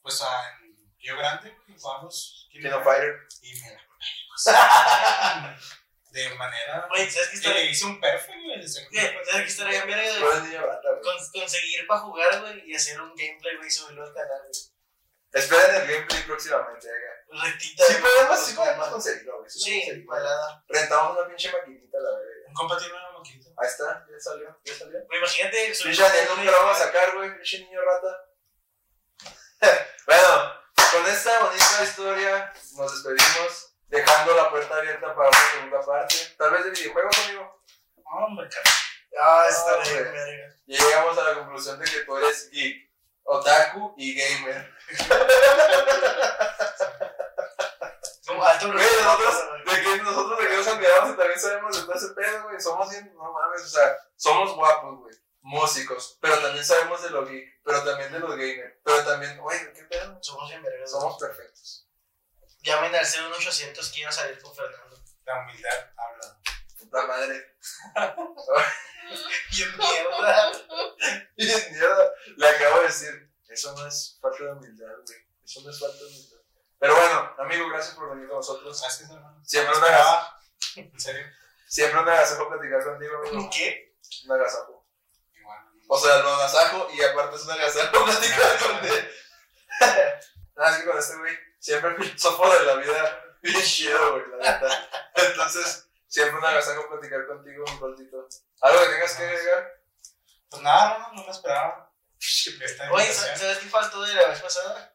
pues a- en Río Grande, güey, jugamos. Kino Fighter. Y me la De manera. Güey, ¿sabes qué Y le estaría? hice un perfil, güey. güey, ¿Sabes eh, qué estaría bien, verga, Fue güey? el niño rata, güey. Con- Conseguir para jugar, güey, y hacer un gameplay, güey, y subirlo al canal, güey. Esperen el gameplay próximamente, güey. Rectita. Sí güey, podemos, con- sí podemos conseguirlo, güey. Sí, podemos Sí, conseguirlo. balada. Rentamos una pinche maquinita, la verga. Un compatible una moquita. Ahí está, ya salió, ya salió. Güey, Imagínate subir Pinche Daniel gameplay, nunca lo vamos a güey. sacar, güey. Pinche niño rata. bueno, con esta bonita historia nos despedimos, dejando la puerta abierta para una segunda parte. Tal vez de videojuegos, amigo. Hombre, cabrón. Ah, estaría güey. bien, verga. Y llegamos a la conclusión de que tú eres geek, otaku y gamer. Como alto Güey, reto, nosotros, güey. de que nosotros de que nos admiramos y también sabemos de todo ese pedo, güey. Somos bien, no mames, o sea, somos guapos, güey. Músicos, pero también sabemos de lo geek, pero también de los gamer, pero también, güey, ¿qué pedo? Somos bien vergas. güey. Somos perfectos. Llamen al 01800 que quiero salir con Fernando. La humildad habla. Puta madre. Bien mierda. unas faltas. Pero bueno, amigo, gracias por venir con nosotros. Gracias, hermano. Siempre un, agasajo, Esperaba. En serio. siempre un agasajo platicar contigo, amigo. ¿Qué? Un agasajo. Igual. O sea, lo agasajo y aparte es un agasajo platicar contigo. Nada, es que con este güey siempre filosofo de la vida bien chido, güey, la neta. Entonces, siempre un agasajo platicar contigo un ratito. ¿Algo que tengas que agregar? Pues nada, no, no me esperaba. Esta Oye, invitación. ¿sabes sabes qué faltó de la vez pasada?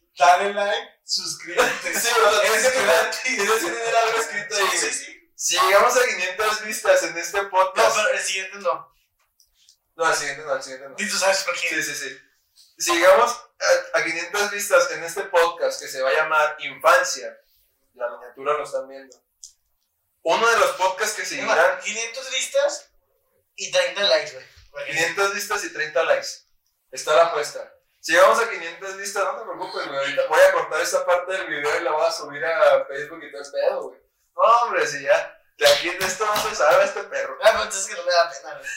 dale like, suscríbete. Sí, o sea, tienes que tener- tienes que tener algo escrito ahí, sí, sí, güey. sí. Si llegamos a 500 vistas en este No, podcast. pero el siguiente no. No, el siguiente no, el siguiente no. Y tú sabes por qué. Sí, sí, sí. Si llegamos a, a 500 vistas en este podcast que se va a llamar Infancia, la miniatura lo están viendo. Uno de los podcasts que Es seguirán más, 500 vistas y 30 likes, güey. Para que- 500 vistas y 30 likes. Está la apuesta. Si llegamos a 500 vistas, no te preocupes, güey. Ahorita voy a cortar esta parte del video y la voy a subir a Facebook y todo el pedo, güey. No, hombre, si ya. De aquí de esto no se sabe este perro. Ah, pero entonces que no me da pena, güey.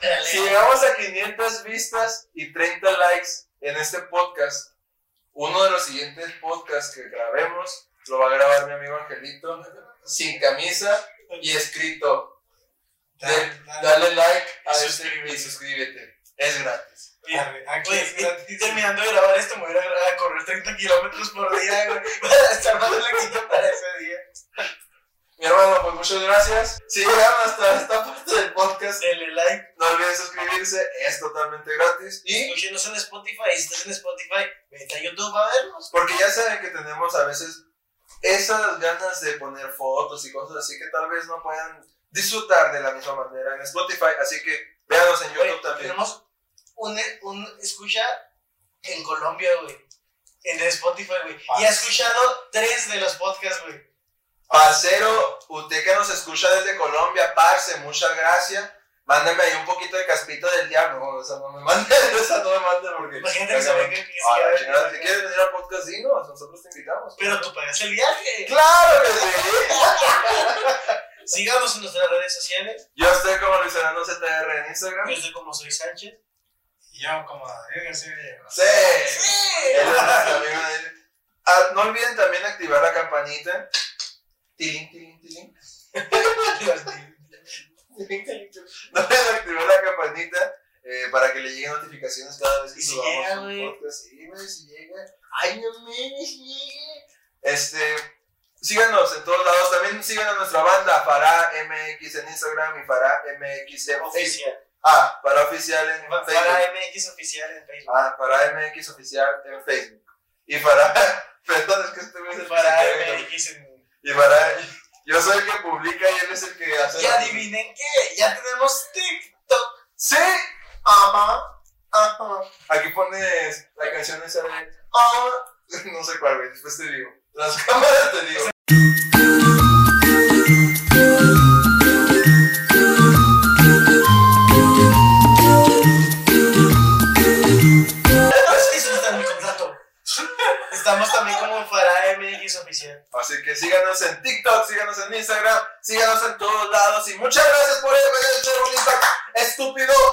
Dale. Si llegamos a 500 vistas y 30 likes en este podcast, uno de los siguientes podcasts que grabemos lo va a grabar mi amigo Angelito sin camisa y escrito. Dale, dale. Dale like a Y este suscríbete. y suscríbete. Es gratis. Oye, Dale, Aquí Güey, es gratis. y- y terminando de grabar esto, me voy a ir a gra- a correr 30 kilómetros por día, güey, para estar más flaquito para ese día. Mi hermano, pues muchas gracias. Si llegaron hasta esta parte del podcast, Dele like. no olviden suscribirse, es totalmente gratis. Y Escúchenos en Spotify. Si estás en Spotify, vete a YouTube a vernos. porque ya saben que tenemos a veces esas ganas de poner fotos y cosas así que tal vez no puedan disfrutar de la misma manera en Spotify. Así que véanos en YouTube Güey, también. tenemos un, un escucha en Colombia, güey. En Spotify, güey. Y ha escuchado tres de los podcasts, güey. Parcero, usted que nos escucha desde Colombia, parce, muchas gracias. Mándame ahí un poquito de caspito del diablo. No, esa no me mande, esa no me mande porque. Imagínate que se venga y que se Ah, la vaya. chingada, si quieres venir al podcast, dinos, nosotros te invitamos. Pero tú pagas el viaje. ¡Claro que sí! Síganos en nuestras redes sociales. Yo estoy como Luis Hernando ZR en Instagram. Yo soy como soy Sánchez. Y yo, como David García Villalobos. ¡Sí! Él es nuestro amigo de él. Ah, no olviden también activar la campanita. Tilín, tilín, tilín. Tilín, tilín, tilín. No olviden activar la campanita eh, para que le lleguen notificaciones cada vez que Y si subamos llega, un güey. podcast. Sí, güey, si llega. ¡Ay, no me llegue! Este... Síganos en todos lados. También sigan a nuestra banda, Farah MX en Instagram y Farah MX en Facebook. Oficial. Ah, para oficial en Para Facebook. MX oficial en Facebook. Ah, para MX oficial en Facebook. Y para. Perdón, es que este güey es el Para que- MX en. Y para. Yo soy el que publica y él es el que hace. Y adivinen qué, ya tenemos TikTok. ¡Sí! ¡Ajá! ¡Ajá! Aquí pones la canción esa de. ¡Ah! No sé cuál, güey. Después te digo. Las cámaras te digo. Es que eso no está en mi contrato. Estamos también como para MX oficial. Así que síganos en TikTok, síganos en Instagram, síganos en todos lados. Y muchas gracias por haber venido, bonita, estúpido. e